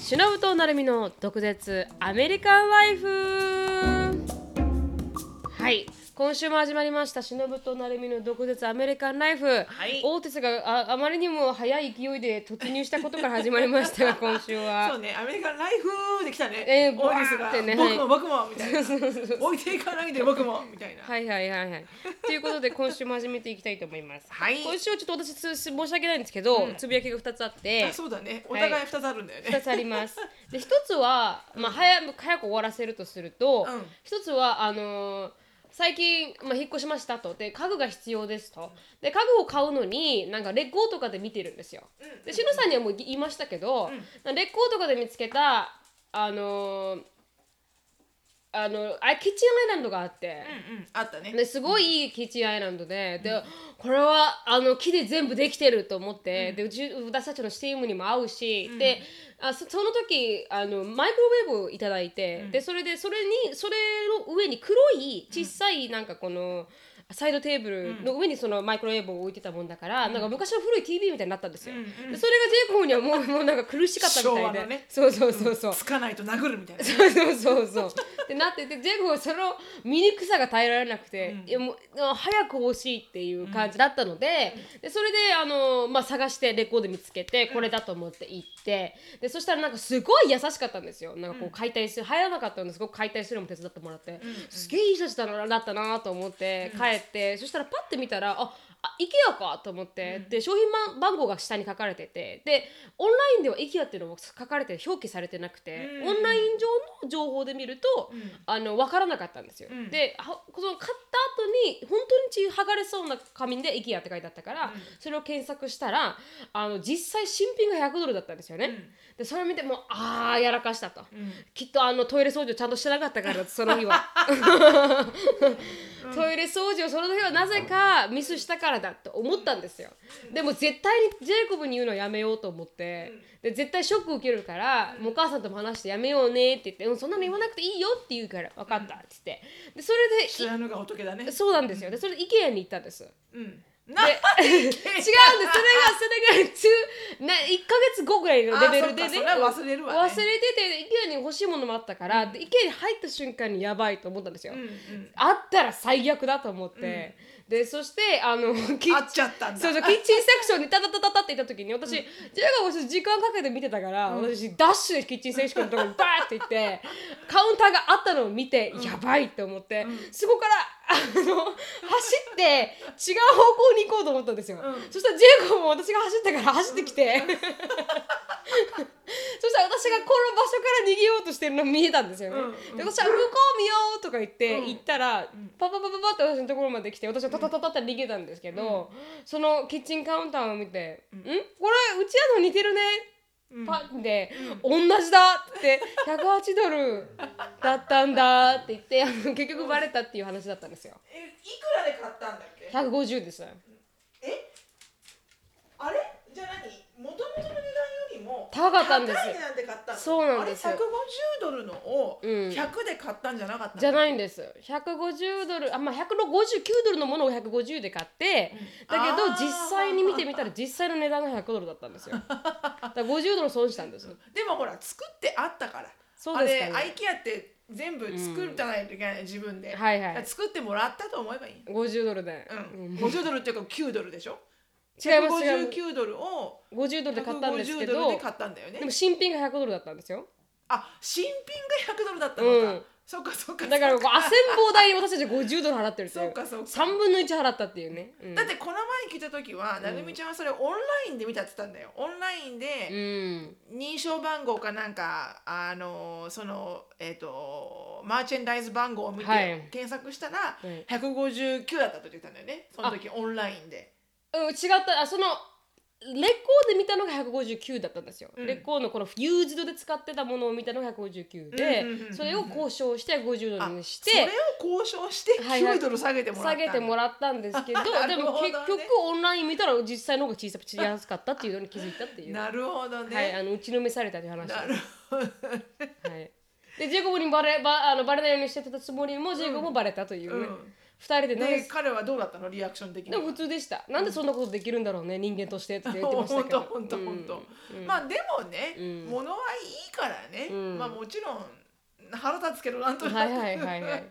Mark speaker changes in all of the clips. Speaker 1: しのぶとなるみの独舌アメリカンライフはい今週も始まりましたしのぶとなるみの独舌アメリカンライフ、
Speaker 2: い
Speaker 1: オーティスがああまりにも早い勢いで突入したことから始まりま したが今週
Speaker 2: そ
Speaker 1: は
Speaker 2: うね、アメリカンライフで来たね。
Speaker 1: えー
Speaker 2: オーディスが、
Speaker 1: バーってね
Speaker 2: 僕
Speaker 1: は
Speaker 2: も
Speaker 1: い
Speaker 2: 僕もみた いな。置いていかないで僕もみたいな。
Speaker 1: はいはいはいはいということで今週も始めていきたいと思います、
Speaker 2: はい
Speaker 1: 今週はちょっと私つ申し訳ないんですけど、つぶやきが2つあって
Speaker 2: あそうだね。お
Speaker 1: はい
Speaker 2: 互い二つあるんだよね。
Speaker 1: 2つあり ます。で1つは、まあ、早く早く終わらせるとすると、
Speaker 2: うん
Speaker 1: 一1つはあのー最近、まあ、引っ越しましたとで家具が必要ですとで家具を買うのになんかレッコーとかで見てるんですよ。でしのさんにはもう言いましたけど、レッコーとかで見つけたあのーあのあキッチンアイランドがあって。
Speaker 2: うんうん、あったね。
Speaker 1: ですごいいいキッチンアイランドで,、でこれはあの木で全部できてると思って、でうち私たちのチームにも合うし、であそその時あのマイクロウェーブをいただいて、でそれでそれにそれの上に黒い小さいなんかこの。サイドテーブルの上にそのマイクロウェーブを置いてたもんだから、なんか昔の古い TV みたいになったんですよ。
Speaker 2: うんうん
Speaker 1: でそれがジェイコブにはもうもうなんか苦しかったみたい
Speaker 2: 昭
Speaker 1: で、
Speaker 2: 和のね
Speaker 1: そうそうそうそう。
Speaker 2: つかないと殴るみたいな。
Speaker 1: そうそうそうそう。ってなっててジェフはその醜さが耐えられなくて、いやもうあ早く欲しいっていう感じだったので,、でそれであの、まあ、探してレコード見つけてこれだと思って行ってでそしたらなんかすごい優しかったんですよなんかこう解体する入らなかったのですごく解体するのも手伝ってもらって、すげえいい人たちだなだったなと思って帰って、そしたらパッて見たらああ IKEA かと思って、で商品番番号が下に書かれててでオンラインでは IKEA っていうのも書かれて表記されてなくて、
Speaker 2: うん
Speaker 1: オンライン上の情報で見ると、
Speaker 2: ん
Speaker 1: あの分からなかったんですよ、
Speaker 2: ん
Speaker 1: ではこの買った後に本当に血剥がれそうな紙で IKEA って書いてあったから、それを検索したらあの実際新品が100ドルだったんですよね、
Speaker 2: ん
Speaker 1: でそれを見てもうああやらかしたと、
Speaker 2: ん
Speaker 1: きっとあのトイレ掃除をちゃんとしてなかったからその日はトイレ掃除をその日はなぜかミスしたからだと思ったんですよでも絶対にジェイコブに言うのはやめようと思ってで絶対ショック受けるからもうお母さんとも話してやめようねって言ってうん「そんなの言わなくていいよ」って言うから「分かった」って言ってでそれで
Speaker 2: 知らぬが仏だね
Speaker 1: い。そうなんですよでそれで IKEA に行ったんです
Speaker 2: うん。な
Speaker 1: で 違うんですそれがそれがつな1か月後ぐらいのレベルで
Speaker 2: あ
Speaker 1: ね
Speaker 2: そっかそれは忘れるわね
Speaker 1: 忘れてて IKEA に欲しいものもあったから、で IKEA に入った瞬間にやばいと思ったんですよ、
Speaker 2: うんうん。
Speaker 1: あったら最悪だと思って、でそしてあのキ
Speaker 2: あ
Speaker 1: ッ
Speaker 2: っちゃったん
Speaker 1: そう
Speaker 2: だ。
Speaker 1: そうキッチンセクションにタタタタタっていった時に私、ジェガが時間かけて見てたから、私ダッシュでキッチンセクションのところにバーって行ってカウンターがあったのを見て、やばいと思って、そこからあの走って違う方向に行こうと思ったんですよ、
Speaker 2: うん
Speaker 1: そしたらジェイコブも私が走ったから走ってきて、 そしたら私がこの場所から逃げようとしてるの見えたんですよね、
Speaker 2: うん
Speaker 1: で私は向こう見ようとか言って、
Speaker 2: うん
Speaker 1: 行ったら、パパパパパって私のところまで来て私はタタタタって逃げたんですけど、そのキッチンカウンターを見て「んこれうちらの似てるね」パッて「同じだ!」って108ドルだったんだって言ってあの結局バレたっていう話だったんですよ
Speaker 2: え、いくらで買ったんだっけ？
Speaker 1: 150です
Speaker 2: え？あれ？じゃあ何？元々の値段よりも
Speaker 1: 高かったんです
Speaker 2: 高い値段で買ったの。
Speaker 1: そうなんですよ
Speaker 2: あれ150ドルのを
Speaker 1: うん
Speaker 2: 100で買ったんじゃなかったの
Speaker 1: じゃないんです150ドルあまあ159ドルのものを150で買ってだけど
Speaker 2: あー
Speaker 1: 実際に見てみたら実際の値段が100ドルだったんですよだから50ドル損したんです
Speaker 2: でもほら作ってあったから
Speaker 1: そうですかね
Speaker 2: あれ IKEA って全部作らないといけない、自分で、
Speaker 1: はいはい
Speaker 2: 作ってもらったと思えばいい、
Speaker 1: 50ドルで、
Speaker 2: う
Speaker 1: うん
Speaker 2: ん、50ドルっていうか9ドルでしょ
Speaker 1: 違います違います
Speaker 2: 159ドルを
Speaker 1: 50ドルで買ったんですけ
Speaker 2: 150
Speaker 1: ど
Speaker 2: ドルで買ったんだよね
Speaker 1: でも新品が100ドルだったんですよ
Speaker 2: あ新品が100ドルだったのか、
Speaker 1: うん
Speaker 2: そっかそっか
Speaker 1: だから
Speaker 2: そ
Speaker 1: こ
Speaker 2: っ
Speaker 1: うあせんぼう代に私たち50ドル払ってるってい
Speaker 2: そうかそうか
Speaker 1: 3分の1払ったっていうね、うん、
Speaker 2: だってこの前聞いた時は、なるみちゃんはそれオンラインで見たって言ったんだよオンライン
Speaker 1: う
Speaker 2: で
Speaker 1: ん
Speaker 2: 認証番号かなんかあのそのえっ、とマーチェンダイズ番号を見て
Speaker 1: はい
Speaker 2: 検索したら、
Speaker 1: い
Speaker 2: 159だったと言ってたんだよねその時オンラインで
Speaker 1: うん違ったあそのレッコーで見たのが159だったんですよ、
Speaker 2: うん
Speaker 1: レッコーのこのユーズドで使ってたものを見たのが159で、
Speaker 2: うんうんうんうん
Speaker 1: それを交渉して50ドルにし
Speaker 2: それ
Speaker 1: て
Speaker 2: を交渉して
Speaker 1: はいはい
Speaker 2: 9ドル下げてもら
Speaker 1: 下
Speaker 2: った
Speaker 1: げても
Speaker 2: ら
Speaker 1: らったんです けど
Speaker 2: な
Speaker 1: で
Speaker 2: る
Speaker 1: も
Speaker 2: ほどね
Speaker 1: 結局オンライン見たら実際の方が小さく小さかったっていうのに気づいたっていう
Speaker 2: なるほどね、
Speaker 1: はい、あの打ちのめされたという話です
Speaker 2: なるほど
Speaker 1: はい、でジェイコブにバレバあのバレないようにしてたつもりもジェイコブもバレたという
Speaker 2: う
Speaker 1: ね、
Speaker 2: ん
Speaker 1: 二人でなんで
Speaker 2: で彼はどうだったのリアクション的に
Speaker 1: で
Speaker 2: は
Speaker 1: も普通でしたなんでそんなことできるんだろうね人間としてって言ってました
Speaker 2: 本
Speaker 1: け
Speaker 2: 当
Speaker 1: ど
Speaker 2: 本当本当
Speaker 1: うんうん
Speaker 2: まあでもね、
Speaker 1: うん
Speaker 2: 物はいいからね、
Speaker 1: うん
Speaker 2: まあもちろん腹立つけどなんとなく、
Speaker 1: はいはいはいはい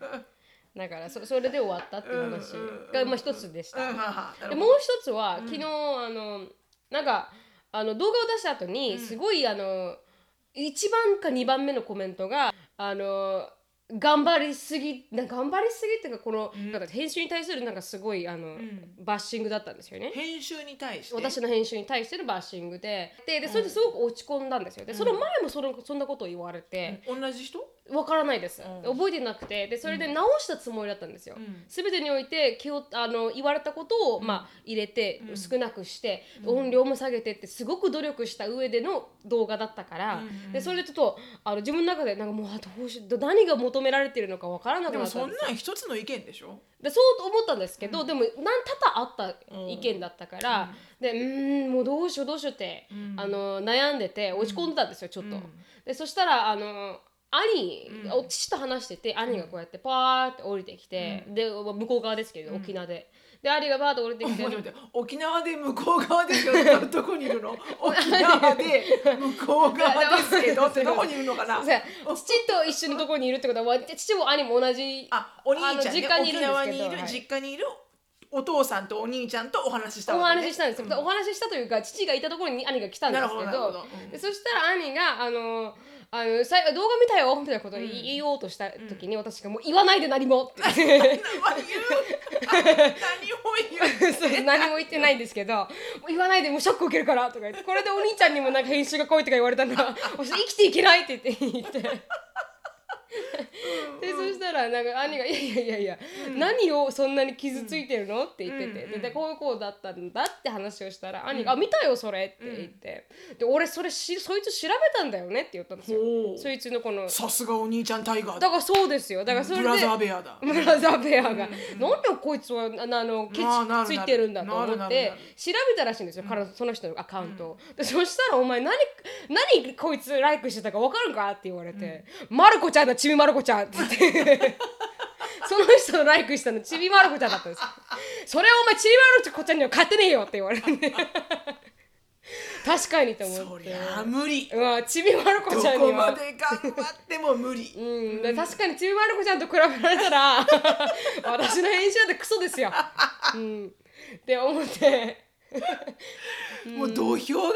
Speaker 1: だからそそれで終わったっていう話
Speaker 2: うんうんうん
Speaker 1: がまあ一つでし
Speaker 2: うん
Speaker 1: た、
Speaker 2: ははなるほど
Speaker 1: でもう一つは昨日、あのなんかあの動画を出した後に、
Speaker 2: うん
Speaker 1: すごいあの一番か二番目のコメントがあの頑張りすぎな頑張りすぎっていうかこの、
Speaker 2: うん
Speaker 1: なんか編集に対するなんかすごいあの、
Speaker 2: ん
Speaker 1: バッシングだったんですよね。
Speaker 2: 編集に対して
Speaker 1: 私の編集に対してのバッシングでででそれですごく落ち込んだんですよで
Speaker 2: うん
Speaker 1: その前もそのそんなことを言われて
Speaker 2: 同じ人、
Speaker 1: わからないです
Speaker 2: うん
Speaker 1: 覚えてなくてでそれで直したつもりだったんですよ
Speaker 2: うん
Speaker 1: 全てにおいて気をあの言われたことを、
Speaker 2: うん
Speaker 1: まあ、入れて
Speaker 2: うん
Speaker 1: 少なくして、
Speaker 2: うん
Speaker 1: 音量も下げてってすごく努力した上での動画だったから、
Speaker 2: うんうん
Speaker 1: でそれでちょっとあの自分の中でなんかもうあどうしど何が求められてるのかわからな
Speaker 2: で
Speaker 1: くな
Speaker 2: も
Speaker 1: った
Speaker 2: そ
Speaker 1: ん
Speaker 2: ん
Speaker 1: です
Speaker 2: なん一つの意見でしょ
Speaker 1: でそう思ったんですけど、
Speaker 2: うん
Speaker 1: でも何多々あった意見だったから、
Speaker 2: うん
Speaker 1: でうーんもうどうしようどうしようって、
Speaker 2: うん
Speaker 1: あの悩んでて落ち込んでたんですよちょっと。
Speaker 2: うん
Speaker 1: でそしたらあの兄、
Speaker 2: う
Speaker 1: 父と話してて兄がこうやってパーって降りてきて、
Speaker 2: う
Speaker 1: で向こう側ですけど、
Speaker 2: うん
Speaker 1: 沖縄でで兄がパーって降りてきて
Speaker 2: 待って待って沖縄で向こう側ですけどどこにいる の沖縄で向こう側ですけどってどこにいるのかな
Speaker 1: そうや父と一緒のところにいるってことはわ父も兄も同じ
Speaker 2: あお兄ちゃん、ね、
Speaker 1: あの実家にいるんですけど
Speaker 2: 沖縄にいる、
Speaker 1: はい
Speaker 2: 実家にいるお父さんとお兄ちゃんとお話しした
Speaker 1: お
Speaker 2: わけ、ね、
Speaker 1: 話ししたんですよ、でお話ししたというか父がいたところに兄が来たんですけど
Speaker 2: なるほどなるほどうん
Speaker 1: でそしたら兄があのあのさい動画見たよみたいなことを言い
Speaker 2: うん
Speaker 1: 言おうとした時に、私がもう言わないで何もって
Speaker 2: 何を言う何を言う
Speaker 1: そう何も言ってないんですけどもう言わないでもうショック受けるからとか言ってこれでお兄ちゃんにもなんか編集が来いとか言われた んだ生きていけないって言って言ってでそしたらなんか兄が「いやいやいやいや、何をそんなに傷ついてるの?」って言ってて、
Speaker 2: うん
Speaker 1: で
Speaker 2: うん
Speaker 1: でこうこうだったんだって話をしたら兄が「あ見たよそれ」って言って、で俺それしそいつ調べたんだよねって言ったんですよ
Speaker 2: ほう
Speaker 1: そいつのこの
Speaker 2: さすがお兄ちゃんタイガー
Speaker 1: だ
Speaker 2: だ
Speaker 1: からそうですよだからそれ
Speaker 2: ブ
Speaker 1: で
Speaker 2: ラザーベアだ
Speaker 1: ブラザーベアが、なんでこいつはあのあのケチ
Speaker 2: まあなる
Speaker 1: ついてるんだと思
Speaker 2: な
Speaker 1: っ
Speaker 2: るなる
Speaker 1: て
Speaker 2: なる
Speaker 1: 調べたらしいんですよ、彼のその人のアカウントを、でそしたら「お前何何こいつライクしてたか分かるか?」って言われて「まる子ちゃんだちびまる子ちゃん」って言って その人のライクしたのちびまる子ちゃんだったんですよそれをお前ちびまる子ちゃんには勝てねえよって言われて 確かにと思
Speaker 2: そ
Speaker 1: っ
Speaker 2: り
Speaker 1: て
Speaker 2: ゃ無理
Speaker 1: うわちびまる子
Speaker 2: ど
Speaker 1: ちゃんに
Speaker 2: こま
Speaker 1: は
Speaker 2: で頑張っても無理
Speaker 1: うん、で確かにちびまる子ちゃんと比べられた ら私の編集なんてクソですよ、うん、って思って、
Speaker 2: もう土俵が違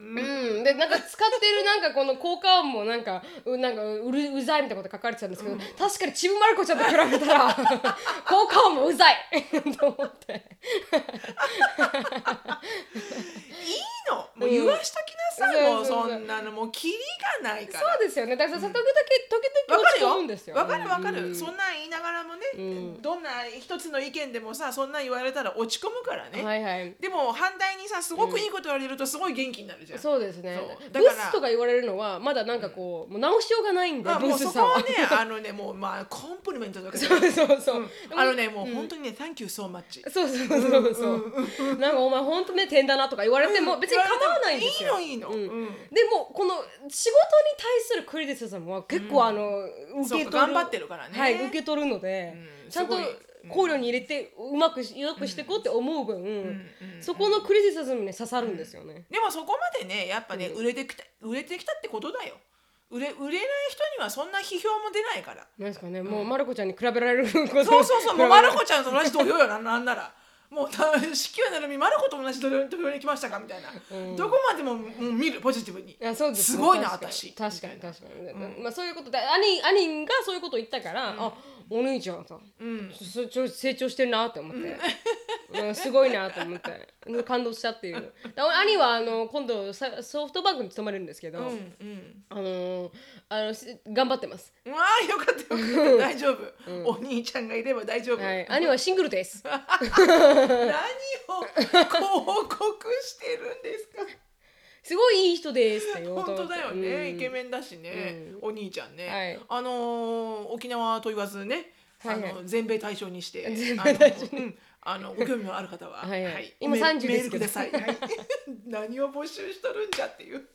Speaker 1: うん、でなんか使ってるなんかこの効果音もなんかうなんかうるうざいみたいなこと書かれてたんですけど、確かにちびまる子ちゃんと比べた ら効果音もうざいと思って
Speaker 2: ういいのもう言わしときなさい、
Speaker 1: うん
Speaker 2: もう
Speaker 1: そうそう
Speaker 2: そ
Speaker 1: そうん
Speaker 2: なのもうキリがないから
Speaker 1: そうですよねだからさ時々、
Speaker 2: わ
Speaker 1: 時々
Speaker 2: か
Speaker 1: 落
Speaker 2: る
Speaker 1: ち込むんです
Speaker 2: よ
Speaker 1: よ
Speaker 2: わかるわかる、
Speaker 1: うん
Speaker 2: そんなん言いながらもね、
Speaker 1: うん
Speaker 2: どんな一つの意見でもさそんなん言われたら落ち込むからね、
Speaker 1: はいはい
Speaker 2: でも反対にさすごくいいこと言われるとすごい元気になるじゃん、
Speaker 1: そうですね
Speaker 2: そうだ
Speaker 1: ブ
Speaker 2: から
Speaker 1: スとか言われるのはまだなんかこうもう直しようがないんで、
Speaker 2: まあ、も
Speaker 1: ブ
Speaker 2: う
Speaker 1: ス
Speaker 2: そこ
Speaker 1: さん
Speaker 2: は
Speaker 1: は
Speaker 2: ねあのねもうまあコンプリメントとかじゃ
Speaker 1: そ
Speaker 2: ないう
Speaker 1: そうそう、でも
Speaker 2: あのねもう本当にね「Thank you so much
Speaker 1: そうそうそうそう。なんかお前本当ね点だなとか言われても別に構わないんですよ。
Speaker 2: いいのいいの
Speaker 1: うん
Speaker 2: うん
Speaker 1: でもこの仕事に対するクリティシズムは結構あの、受け取
Speaker 2: そう
Speaker 1: る
Speaker 2: か頑張ってるからね
Speaker 1: はい受け取るので、
Speaker 2: うん
Speaker 1: ちゃんと
Speaker 2: すごい
Speaker 1: 考慮に入れてうまくしよくしていこうって思う分、
Speaker 2: うん
Speaker 1: そこのクリティシズムに刺さるんですよね。
Speaker 2: でもそこまでねやっぱね、売れてきた売れてきたってことだよ売れ売れない人にはそんな批評も出ないから
Speaker 1: なんですかね、もうまる子ちゃんに比べられること
Speaker 2: そうそうそうも
Speaker 1: 比べら
Speaker 2: うま
Speaker 1: れ
Speaker 2: る子ちゃんと同じ土俵よななんならもうた子宮なのにまる子と同じ土俵土俵に来ましたかみたいな、どこまでももう見るポジティブに
Speaker 1: いやそうです
Speaker 2: すごいな
Speaker 1: 確かに
Speaker 2: 私
Speaker 1: 確かに確かに、まあそういうことで兄兄がそういうことを言ったから、あお兄ちゃんさ、
Speaker 2: ん
Speaker 1: そちょ成長してるなって思って、うん、すごいなと思ってうん感動したっていうだ兄はあの今度さソフトバンクに勤めるんですけど、
Speaker 2: うんうん
Speaker 1: あのあのし頑張ってます
Speaker 2: うわあよかったよかった大丈夫、お兄ちゃんがいれば大丈夫、
Speaker 1: はい兄はシングルです
Speaker 2: 何を広告してるんですか
Speaker 1: すごいいい人ですって言おうと
Speaker 2: 本
Speaker 1: 思っ
Speaker 2: 当
Speaker 1: て
Speaker 2: だよね、
Speaker 1: うん
Speaker 2: イケメンだしね、お兄ちゃんね、
Speaker 1: はい
Speaker 2: あのー沖縄と言わずね、
Speaker 1: はいはい
Speaker 2: あの全米対象にして
Speaker 1: 全米対象
Speaker 2: あのうん あのご興味のある方は、
Speaker 1: はいはい今
Speaker 2: メ
Speaker 1: 30ですけど
Speaker 2: メールください、はい 何を募集しとるんじゃっていう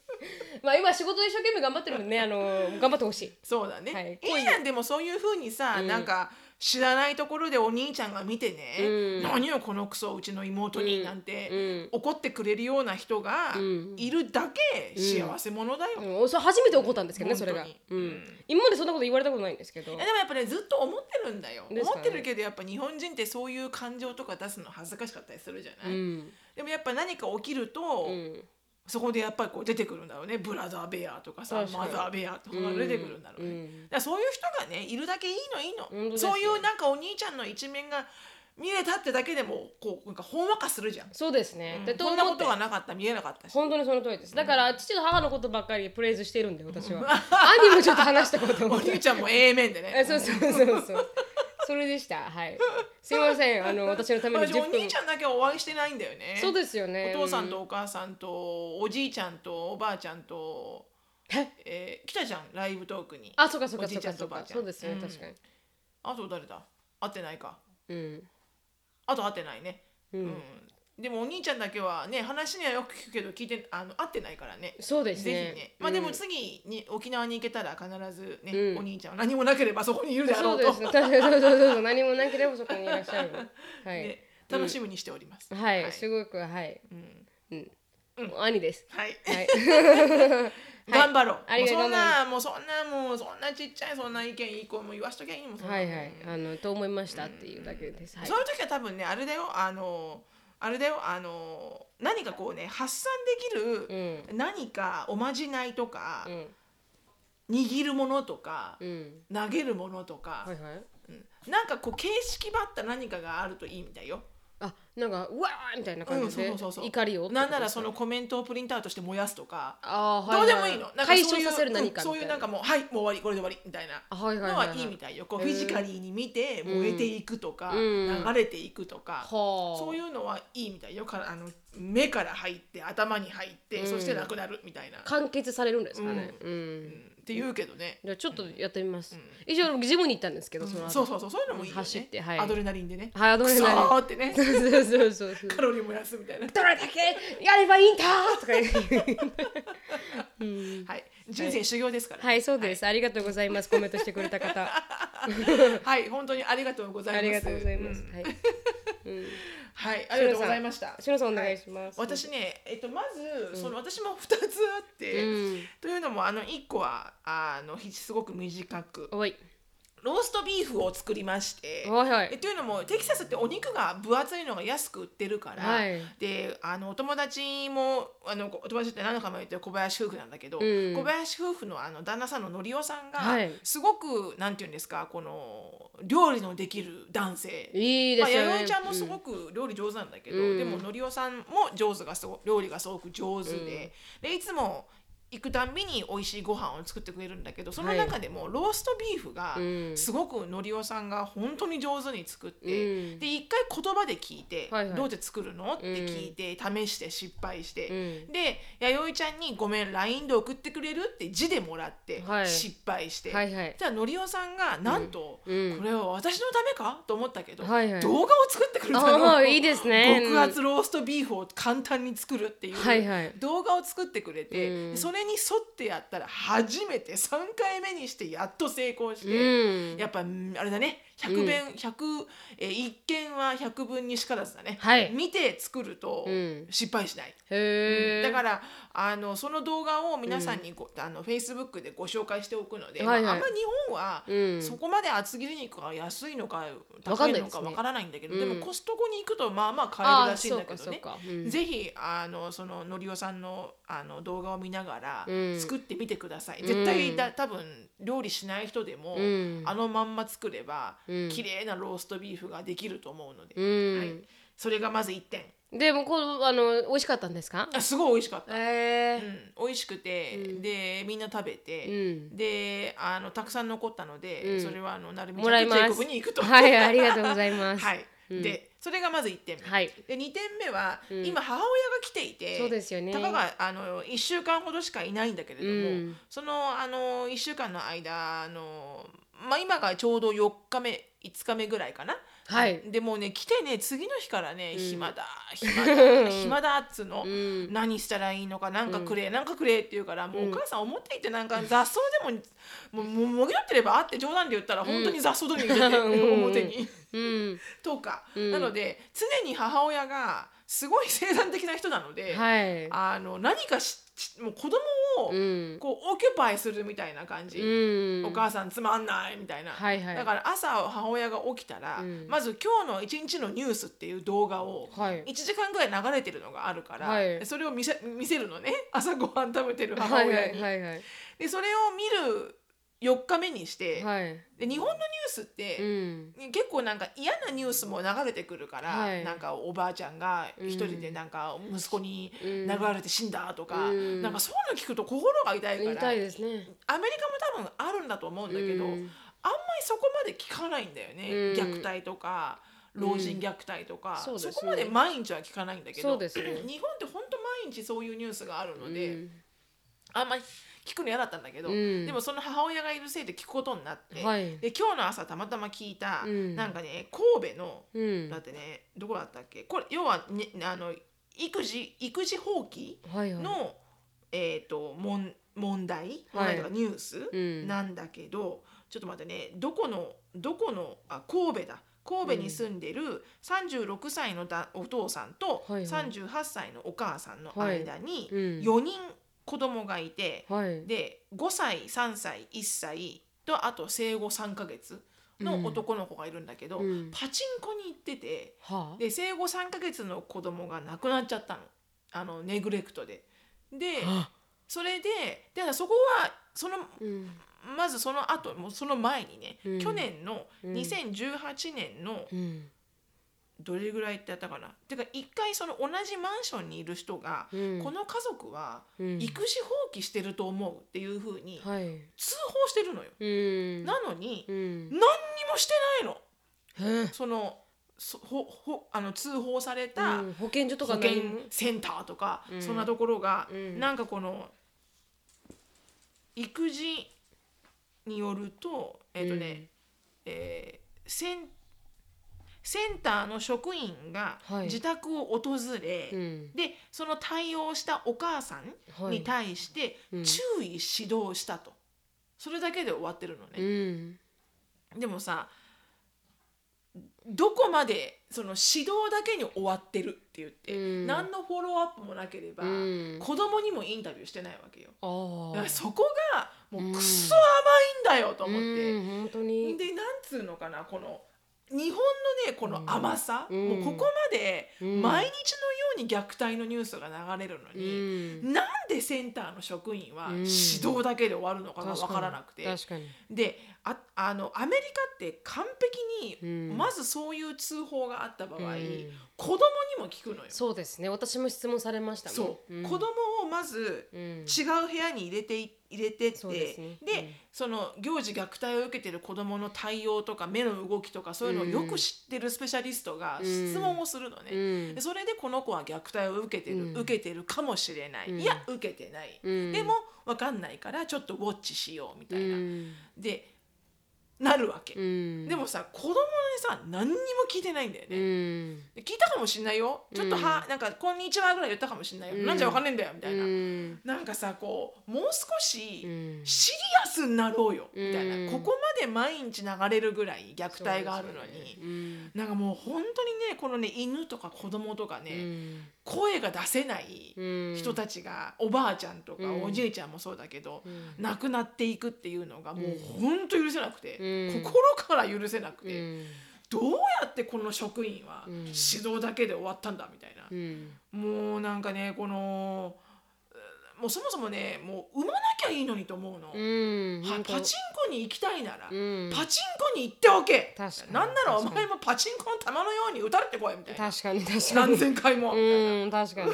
Speaker 1: まあ今仕事で一生懸命頑張ってるんでねあの頑張ってほしい
Speaker 2: そうだね、
Speaker 1: はい
Speaker 2: い、いじゃんでもそういうふうにさ、なんか知らないところでお兄ちゃんが見てね、
Speaker 1: うん
Speaker 2: 何よこのクソうちの妹になんて、
Speaker 1: うん
Speaker 2: 怒ってくれるような人が
Speaker 1: うん
Speaker 2: いるだけ幸せ者だよ、
Speaker 1: うん、そう初めて怒ったんですけどねそ
Speaker 2: 本
Speaker 1: れ
Speaker 2: 当に
Speaker 1: が、う
Speaker 2: うん
Speaker 1: ん、今までそんなこと言われたことないんですけど
Speaker 2: えでもやっぱねずっと思ってるんだよ、
Speaker 1: ですかね
Speaker 2: 思ってるけどやっぱ日本人ってそういう感情とか出すの恥ずかしかったりするじゃ
Speaker 1: う
Speaker 2: ない、
Speaker 1: ん
Speaker 2: でもやっぱ何か起きると、
Speaker 1: うん
Speaker 2: そこでやっぱりこう出てくるんだろうねブラザーベアとかさ
Speaker 1: 確か
Speaker 2: マ
Speaker 1: に
Speaker 2: ザーベアとかが出てくるんだろうね、
Speaker 1: うん
Speaker 2: だからそういう人がねいるだけいいのいいの、
Speaker 1: 当ですよ
Speaker 2: そういうなんかお兄ちゃんの一面が見れたってだけでもこうなんかほんわかするじゃん、
Speaker 1: そうですね、で
Speaker 2: こんな
Speaker 1: 思
Speaker 2: こ
Speaker 1: って
Speaker 2: とがなかった見えなかったし
Speaker 1: 本当にその通りですだから父と母のことばっかりプレイズしてるんで私は兄もちょっと話したこと
Speaker 2: お
Speaker 1: も
Speaker 2: 兄ちゃんも A 面でね
Speaker 1: えそうそうそうそうそれでしたはいすいませんあの私のために
Speaker 2: 私お
Speaker 1: 10分
Speaker 2: 兄ちゃんだけはお会いしてないんだよね
Speaker 1: そうですよね
Speaker 2: お父さんとお母さんとおじいちゃんとおばあちゃんと
Speaker 1: え
Speaker 2: えー来たじゃんライブトークに
Speaker 1: あそうかそう
Speaker 2: お
Speaker 1: か
Speaker 2: じ
Speaker 1: そ
Speaker 2: いうちゃ
Speaker 1: か
Speaker 2: ん
Speaker 1: そ
Speaker 2: と
Speaker 1: う
Speaker 2: おばあ
Speaker 1: か
Speaker 2: ちゃん
Speaker 1: そうですよね
Speaker 2: うん
Speaker 1: 確かに
Speaker 2: あと誰だ会ってないか
Speaker 1: うん
Speaker 2: あと会ってないね
Speaker 1: うん
Speaker 2: うんでもお兄ちゃんだけはね話にはよく聞くけど聞いてあの会ってないからね
Speaker 1: そうです
Speaker 2: ぜひ
Speaker 1: ね
Speaker 2: ねまあでも
Speaker 1: うん
Speaker 2: 次に沖縄に行けたら必ずね、
Speaker 1: うん
Speaker 2: お兄ちゃんは何もなければそこにいるであ
Speaker 1: そ
Speaker 2: ろ
Speaker 1: うう
Speaker 2: と
Speaker 1: ですね確かにそうそうそうそう何もなければそこにいらっしゃるはい、
Speaker 2: ね楽しみにしております、
Speaker 1: はい、
Speaker 2: はい
Speaker 1: すごくはい
Speaker 2: うん
Speaker 1: うん、兄です
Speaker 2: はい
Speaker 1: はい
Speaker 2: 頑張ろう。
Speaker 1: ありがとうご
Speaker 2: もうそん
Speaker 1: ざい
Speaker 2: な、もうそんな、もうそんなちっちゃい、そんな意見いい子も言わしときゃいいもん。そんな
Speaker 1: は
Speaker 2: の
Speaker 1: いはいあのと思いましたっていうだけです、はい
Speaker 2: そういう時は多分ね、あれだよ、あの、あれだよ、あの、何かこうね、発散でき
Speaker 1: う
Speaker 2: る。
Speaker 1: ん
Speaker 2: 何かおまじないとか
Speaker 1: う、ん
Speaker 2: 握るものとか
Speaker 1: う、ん
Speaker 2: 投げるものとか、
Speaker 1: はいはい
Speaker 2: うんなんかこう形式ばった何かがあるといいみたいよ。
Speaker 1: あなんかうわーみたいな感じで、
Speaker 2: うんそうそうそうそう
Speaker 1: 怒りをってこと
Speaker 2: な
Speaker 1: です
Speaker 2: ん
Speaker 1: か
Speaker 2: ならそのコメントをプリントアウトして燃やすとか、
Speaker 1: あー、
Speaker 2: ど
Speaker 1: は
Speaker 2: う
Speaker 1: い
Speaker 2: で
Speaker 1: は
Speaker 2: も
Speaker 1: い、
Speaker 2: いいの。なんか
Speaker 1: 解
Speaker 2: そう
Speaker 1: 消
Speaker 2: いう
Speaker 1: させる何かみたいな
Speaker 2: うんそういうなんかもうはい、もう終わり、これで終わりみたいな。
Speaker 1: あはいはい
Speaker 2: の
Speaker 1: は
Speaker 2: はい
Speaker 1: はい
Speaker 2: いいみたいよこう
Speaker 1: へ
Speaker 2: フ
Speaker 1: ー
Speaker 2: ィジカリーに見て
Speaker 1: うん
Speaker 2: 燃えていくとか、
Speaker 1: うん
Speaker 2: 流れていくとか、
Speaker 1: はあ
Speaker 2: そういうのはいいみたいよからあの目から入って頭に入って、そしてなくなるみたいな、
Speaker 1: 完結されるんですかねうん、
Speaker 2: うんって言うけどね、
Speaker 1: じゃあちょっとやってみます、以上ジムに行ったんですけど、その後
Speaker 2: そうそうそうそういうのもいいよね
Speaker 1: 走ってはい
Speaker 2: アドレナリンでね、
Speaker 1: はいアドレナリン
Speaker 2: クソーっ てね
Speaker 1: そうそうそうそう
Speaker 2: カロリー燃やすみたいな、
Speaker 1: どれだけやればいいんだとか言う
Speaker 2: はい、人生修行ですから、
Speaker 1: はいそうです、ありがとうございますコメントしてくれた方
Speaker 2: はい本当にありがとうございます
Speaker 1: ありがとうございます、
Speaker 2: うん
Speaker 1: はい
Speaker 2: はいありがとうございました
Speaker 1: しのさんお願いします、
Speaker 2: 私ね、えっと、まず、その私も2つあって、
Speaker 1: うん
Speaker 2: というのもあの1個はあのひすごく短く
Speaker 1: おい
Speaker 2: ローストビーフを作りまして。
Speaker 1: はいは
Speaker 2: え
Speaker 1: い
Speaker 2: というのもテキサスってお肉が分厚いのが安く売ってるから、
Speaker 1: はい
Speaker 2: であのお友達もあのお友達って何のかも言ってる小林夫婦なんだけど、
Speaker 1: ん
Speaker 2: 小林夫婦のあの旦那さんののりおさんが、
Speaker 1: はい
Speaker 2: すごくなんて言うんですかこの料理のできる男性
Speaker 1: いいですよね、
Speaker 2: まあ、弥生ちゃんもすごく料理上手なんだけど、
Speaker 1: うん
Speaker 2: でものりおさんも上手がすご料理がすごく上手で,、でいつも行くたんびに美味しいご飯を作ってくれるんだけどその中でもローストビーフが
Speaker 1: うん
Speaker 2: すごくのりおさんが本当に上手に作って、
Speaker 1: うん
Speaker 2: で一回言葉で聞いて、
Speaker 1: はいはい
Speaker 2: どうやって作るのって聞いて試して失敗して、
Speaker 1: うん
Speaker 2: で弥生ちゃんに「ごめん LINE で送ってくれる?」って字でもらって
Speaker 1: はい
Speaker 2: 失敗して、
Speaker 1: はいはい
Speaker 2: じゃあのりおさんがなんと、
Speaker 1: うんうん
Speaker 2: これは私のためかと思ったけど、
Speaker 1: はいはい
Speaker 2: 動画を作ってくれた
Speaker 1: あ
Speaker 2: の
Speaker 1: あいいですね
Speaker 2: 極厚ローストビーフを簡単に作るっていう、
Speaker 1: はいはい
Speaker 2: 動画を作ってくれて、
Speaker 1: うん
Speaker 2: それに沿ってやったら初めて3回目にしてやっと成功して、
Speaker 1: うん
Speaker 2: やっぱうんあれだね100弁、100えー一見は100分にしからずだね、
Speaker 1: はい
Speaker 2: 見て作ると
Speaker 1: うん
Speaker 2: 失敗しない。
Speaker 1: へえ
Speaker 2: だからあのその動画を皆さんにご、あのフェイスブックでご紹介しておくので、
Speaker 1: はいはい
Speaker 2: まあ、あんま日本は、
Speaker 1: うん
Speaker 2: そこまで厚切り肉が安いのか
Speaker 1: わか
Speaker 2: 高
Speaker 1: ん
Speaker 2: い
Speaker 1: ない
Speaker 2: の
Speaker 1: です
Speaker 2: か
Speaker 1: ね
Speaker 2: わからないんだけど
Speaker 1: う
Speaker 2: で
Speaker 1: ん
Speaker 2: もコストコに行くとまあまあ買えるらしいんだけどね
Speaker 1: あーそうかそうかうん
Speaker 2: ぜひあのそののりおさんのあの動画を見ながら
Speaker 1: うん
Speaker 2: 作ってみてください、
Speaker 1: ん
Speaker 2: 絶対だ多分料理しない人でも、
Speaker 1: うん
Speaker 2: あのまんま作れば、
Speaker 1: うん
Speaker 2: 綺麗なローストビーフができると思うので、
Speaker 1: うん
Speaker 2: はい、それがまず1点
Speaker 1: でもこうあの美味しかったんですか
Speaker 2: あすごい美味しかった。
Speaker 1: えー
Speaker 2: うん、美味しくて、でみんな食べ
Speaker 1: う
Speaker 2: て、
Speaker 1: ん
Speaker 2: であのたくさん残ったので、
Speaker 1: うん
Speaker 2: それはあのなるみち
Speaker 1: もら
Speaker 2: ゃ
Speaker 1: い
Speaker 2: ん
Speaker 1: ま
Speaker 2: と
Speaker 1: す
Speaker 2: チェイコブに行くと。
Speaker 1: はいありがとうございます
Speaker 2: はいでそれがまず1点目、
Speaker 1: はい
Speaker 2: で2点目は、今母親が来ていて
Speaker 1: そうですよね
Speaker 2: たかがあの1週間ほどしかいないんだけれども、
Speaker 1: うん
Speaker 2: そのあの1週間の間あの、まあ、今がちょうど4日目5日目ぐらいかな
Speaker 1: はい
Speaker 2: でもうね来てね次の日からね、
Speaker 1: うん
Speaker 2: 暇だ暇だ暇だっつうの、
Speaker 1: うん
Speaker 2: 何したらいいのかなんかくれ、なんかくれって言うからもうお母さん思っていてなんか雑草でももうもうもぎ取ってればあって冗談で言ったら本当に雑草取りに行って て、
Speaker 1: うん
Speaker 2: 表に。
Speaker 1: うん
Speaker 2: とか、
Speaker 1: うん
Speaker 2: なので常に母親がすごい生産的な人なので、
Speaker 1: はい
Speaker 2: あの何かししもう子供を
Speaker 1: うん
Speaker 2: こうオキュパイするみたいな感じ、
Speaker 1: うん
Speaker 2: お母さんつまんないみたいな、
Speaker 1: はいはい
Speaker 2: だから朝母親が起きたら、
Speaker 1: うん
Speaker 2: まず今日の一日のニュースっていう動画を
Speaker 1: はい
Speaker 2: 1時間ぐらい流れてるのがあるから、
Speaker 1: はい
Speaker 2: それを見せ見せる のね朝ごはん食べてる母
Speaker 1: は
Speaker 2: 親
Speaker 1: い
Speaker 2: に、
Speaker 1: はいはいはい
Speaker 2: でそれを見る4日目にして、
Speaker 1: はい
Speaker 2: で日本のニュースって、
Speaker 1: うん
Speaker 2: 結構なんか嫌なニュースも流れてくるから、
Speaker 1: はい
Speaker 2: なんかおばあちゃんが一人でなんか息子に殴られて死んだとか、
Speaker 1: うん
Speaker 2: なんかそういうの聞くと心が痛いから
Speaker 1: 痛いですね
Speaker 2: アメリカも多分あるんだと思うんだけど、
Speaker 1: う
Speaker 2: あんまり
Speaker 1: ん
Speaker 2: そこまで聞かないんだよね、
Speaker 1: うん
Speaker 2: 虐待とか老人虐待とか、
Speaker 1: そうです
Speaker 2: そ
Speaker 1: ね
Speaker 2: こまで毎日は聞かないんだけど
Speaker 1: そうですね
Speaker 2: 日本って本当毎日そういうニュースがあるので、
Speaker 1: うん
Speaker 2: あんまり聞くの嫌だったんだけど、
Speaker 1: うん
Speaker 2: でもその母親がいるせいで聞くことになって、
Speaker 1: はい
Speaker 2: で今日の朝たまたま聞いた、
Speaker 1: うん
Speaker 2: なんかね神戸の
Speaker 1: うん
Speaker 2: だってねどこだったっけこれ要はねあの育児育児放棄
Speaker 1: はいはい
Speaker 2: の、えっ、ともん問題問
Speaker 1: はい
Speaker 2: 題とかニュース
Speaker 1: うん
Speaker 2: なんだけど、ちょっと待ってねどこのどこのあ神戸だ神戸に住んでる36歳のだお父さんと
Speaker 1: はいはい
Speaker 2: 38歳のお母さんの
Speaker 1: はい
Speaker 2: 間に
Speaker 1: うん
Speaker 2: 4人子供がいて、
Speaker 1: はい
Speaker 2: で5歳3歳1歳とあと生後3ヶ月の男の子がいるんだけど、
Speaker 1: うん
Speaker 2: パチンコに行ってて
Speaker 1: はあ
Speaker 2: で生後3ヶ月の子供が亡くなっちゃったのあのネグレクトで。で
Speaker 1: あ
Speaker 2: それでだからそこはその
Speaker 1: うん
Speaker 2: まずその後もうその前にね、
Speaker 1: うん
Speaker 2: 去年の
Speaker 1: うん
Speaker 2: 2018年の
Speaker 1: うん
Speaker 2: どれぐらいってやったかな、てか一回その同じマンションにいる人が、
Speaker 1: うん
Speaker 2: この家族は
Speaker 1: うん
Speaker 2: 育児放棄してると思うっていうふうに
Speaker 1: はい
Speaker 2: 通報してるのよ。
Speaker 1: うん
Speaker 2: なのに、
Speaker 1: うん
Speaker 2: 何にもしてないの。
Speaker 1: え
Speaker 2: そのそほほあの通報された
Speaker 1: うん保健所と
Speaker 2: 保
Speaker 1: か何
Speaker 2: 健
Speaker 1: も
Speaker 2: センターとか、
Speaker 1: うん
Speaker 2: そんなところが、
Speaker 1: うん
Speaker 2: なんかこの育児によるとえっ、とね、
Speaker 1: うん
Speaker 2: えーセンセンターの職員が
Speaker 1: はい
Speaker 2: 自宅を訪れ、
Speaker 1: うん
Speaker 2: でその対応したお母さん
Speaker 1: は
Speaker 2: に
Speaker 1: い
Speaker 2: 対して
Speaker 1: うん
Speaker 2: 注意指導したと、それだけで終わってるのね。
Speaker 1: うん
Speaker 2: でもさどこまでその指導だけに終わってるって言って、
Speaker 1: うん
Speaker 2: 何のフォローアップもなければ、
Speaker 1: うん
Speaker 2: 子供にもインタビューしてないわけよ。
Speaker 1: あ
Speaker 2: だ
Speaker 1: あ
Speaker 2: からそこがもううんクソ甘いんだよと思っ
Speaker 1: う
Speaker 2: て。
Speaker 1: ん本当に
Speaker 2: でなんつうのかなこの日本のねこの甘さ、
Speaker 1: うん
Speaker 2: もうここまで
Speaker 1: うん
Speaker 2: 毎日のように虐待のニュースが流れるの
Speaker 1: う
Speaker 2: に、
Speaker 1: ん
Speaker 2: なんでセンターの職員は
Speaker 1: うん
Speaker 2: 指導だけで終わるのかが
Speaker 1: 確
Speaker 2: 分
Speaker 1: に
Speaker 2: からなくて、
Speaker 1: 確かに
Speaker 2: でああのアメリカって完璧に、
Speaker 1: うん
Speaker 2: まずそういう通報があった場合、
Speaker 1: うん
Speaker 2: 子供にも聞くのよ。
Speaker 1: そうですね私も質問されましたもん
Speaker 2: そう、
Speaker 1: ん
Speaker 2: 子供をまず
Speaker 1: うん
Speaker 2: 違う部屋に入れてい入れてって
Speaker 1: そうですね
Speaker 2: で
Speaker 1: うん
Speaker 2: その行事虐待を受けてる子供の対応とか目の動きとかそういうのをよく知ってるスペシャリストが
Speaker 1: うん
Speaker 2: 質問をするのね、
Speaker 1: うん
Speaker 2: でそれでこの子は虐待を受けてる、
Speaker 1: うん
Speaker 2: 受けてるかもしれない、
Speaker 1: うん
Speaker 2: いや受けてない、
Speaker 1: うん
Speaker 2: でも分かんないからちょっとウォッチしようみたいな、
Speaker 1: うん
Speaker 2: でなるわけ、
Speaker 1: うん
Speaker 2: でもさ子供にさ何にも聞いてないんだよ
Speaker 1: う
Speaker 2: ね、
Speaker 1: ん
Speaker 2: で聞いたかもしんないよちょっと
Speaker 1: うん
Speaker 2: は、なんか「こんにちは」ぐらい言ったかもしんないよ、
Speaker 1: うん
Speaker 2: なんじゃわかんねえんだよみたいな、
Speaker 1: うん
Speaker 2: なんかさこうもう少し、
Speaker 1: うん
Speaker 2: シリアスになろうよみたいな、
Speaker 1: うん
Speaker 2: ここまで毎日流れるぐらい虐待があるの
Speaker 1: そうです
Speaker 2: に、
Speaker 1: よね
Speaker 2: なんかもう本当にねこのね犬とか子供とかね、
Speaker 1: うん
Speaker 2: 声が出せない
Speaker 1: うん
Speaker 2: 人たちが、おばあちゃんとか、
Speaker 1: うん
Speaker 2: おじいちゃんもそうだけど、
Speaker 1: うん
Speaker 2: 亡くなっていくっていうのがもう本当許せなくて、
Speaker 1: うん
Speaker 2: 心から許せなく
Speaker 1: う
Speaker 2: て、
Speaker 1: ん
Speaker 2: どうやってこの職員は
Speaker 1: うん
Speaker 2: 指導だけで終わったんだみたいな
Speaker 1: う、ん
Speaker 2: もうなんかねこのうもうそもそもねもう産まなきゃいいのにと思うの。
Speaker 1: うん
Speaker 2: はパチンコに行きたいなら、
Speaker 1: うん
Speaker 2: パチンコに行っておけ
Speaker 1: 確かに
Speaker 2: なんならお
Speaker 1: 確か
Speaker 2: 前もパチンコの玉のように打たれてこいみたいな
Speaker 1: 確かに確かに
Speaker 2: 何千回も、
Speaker 1: うん確かに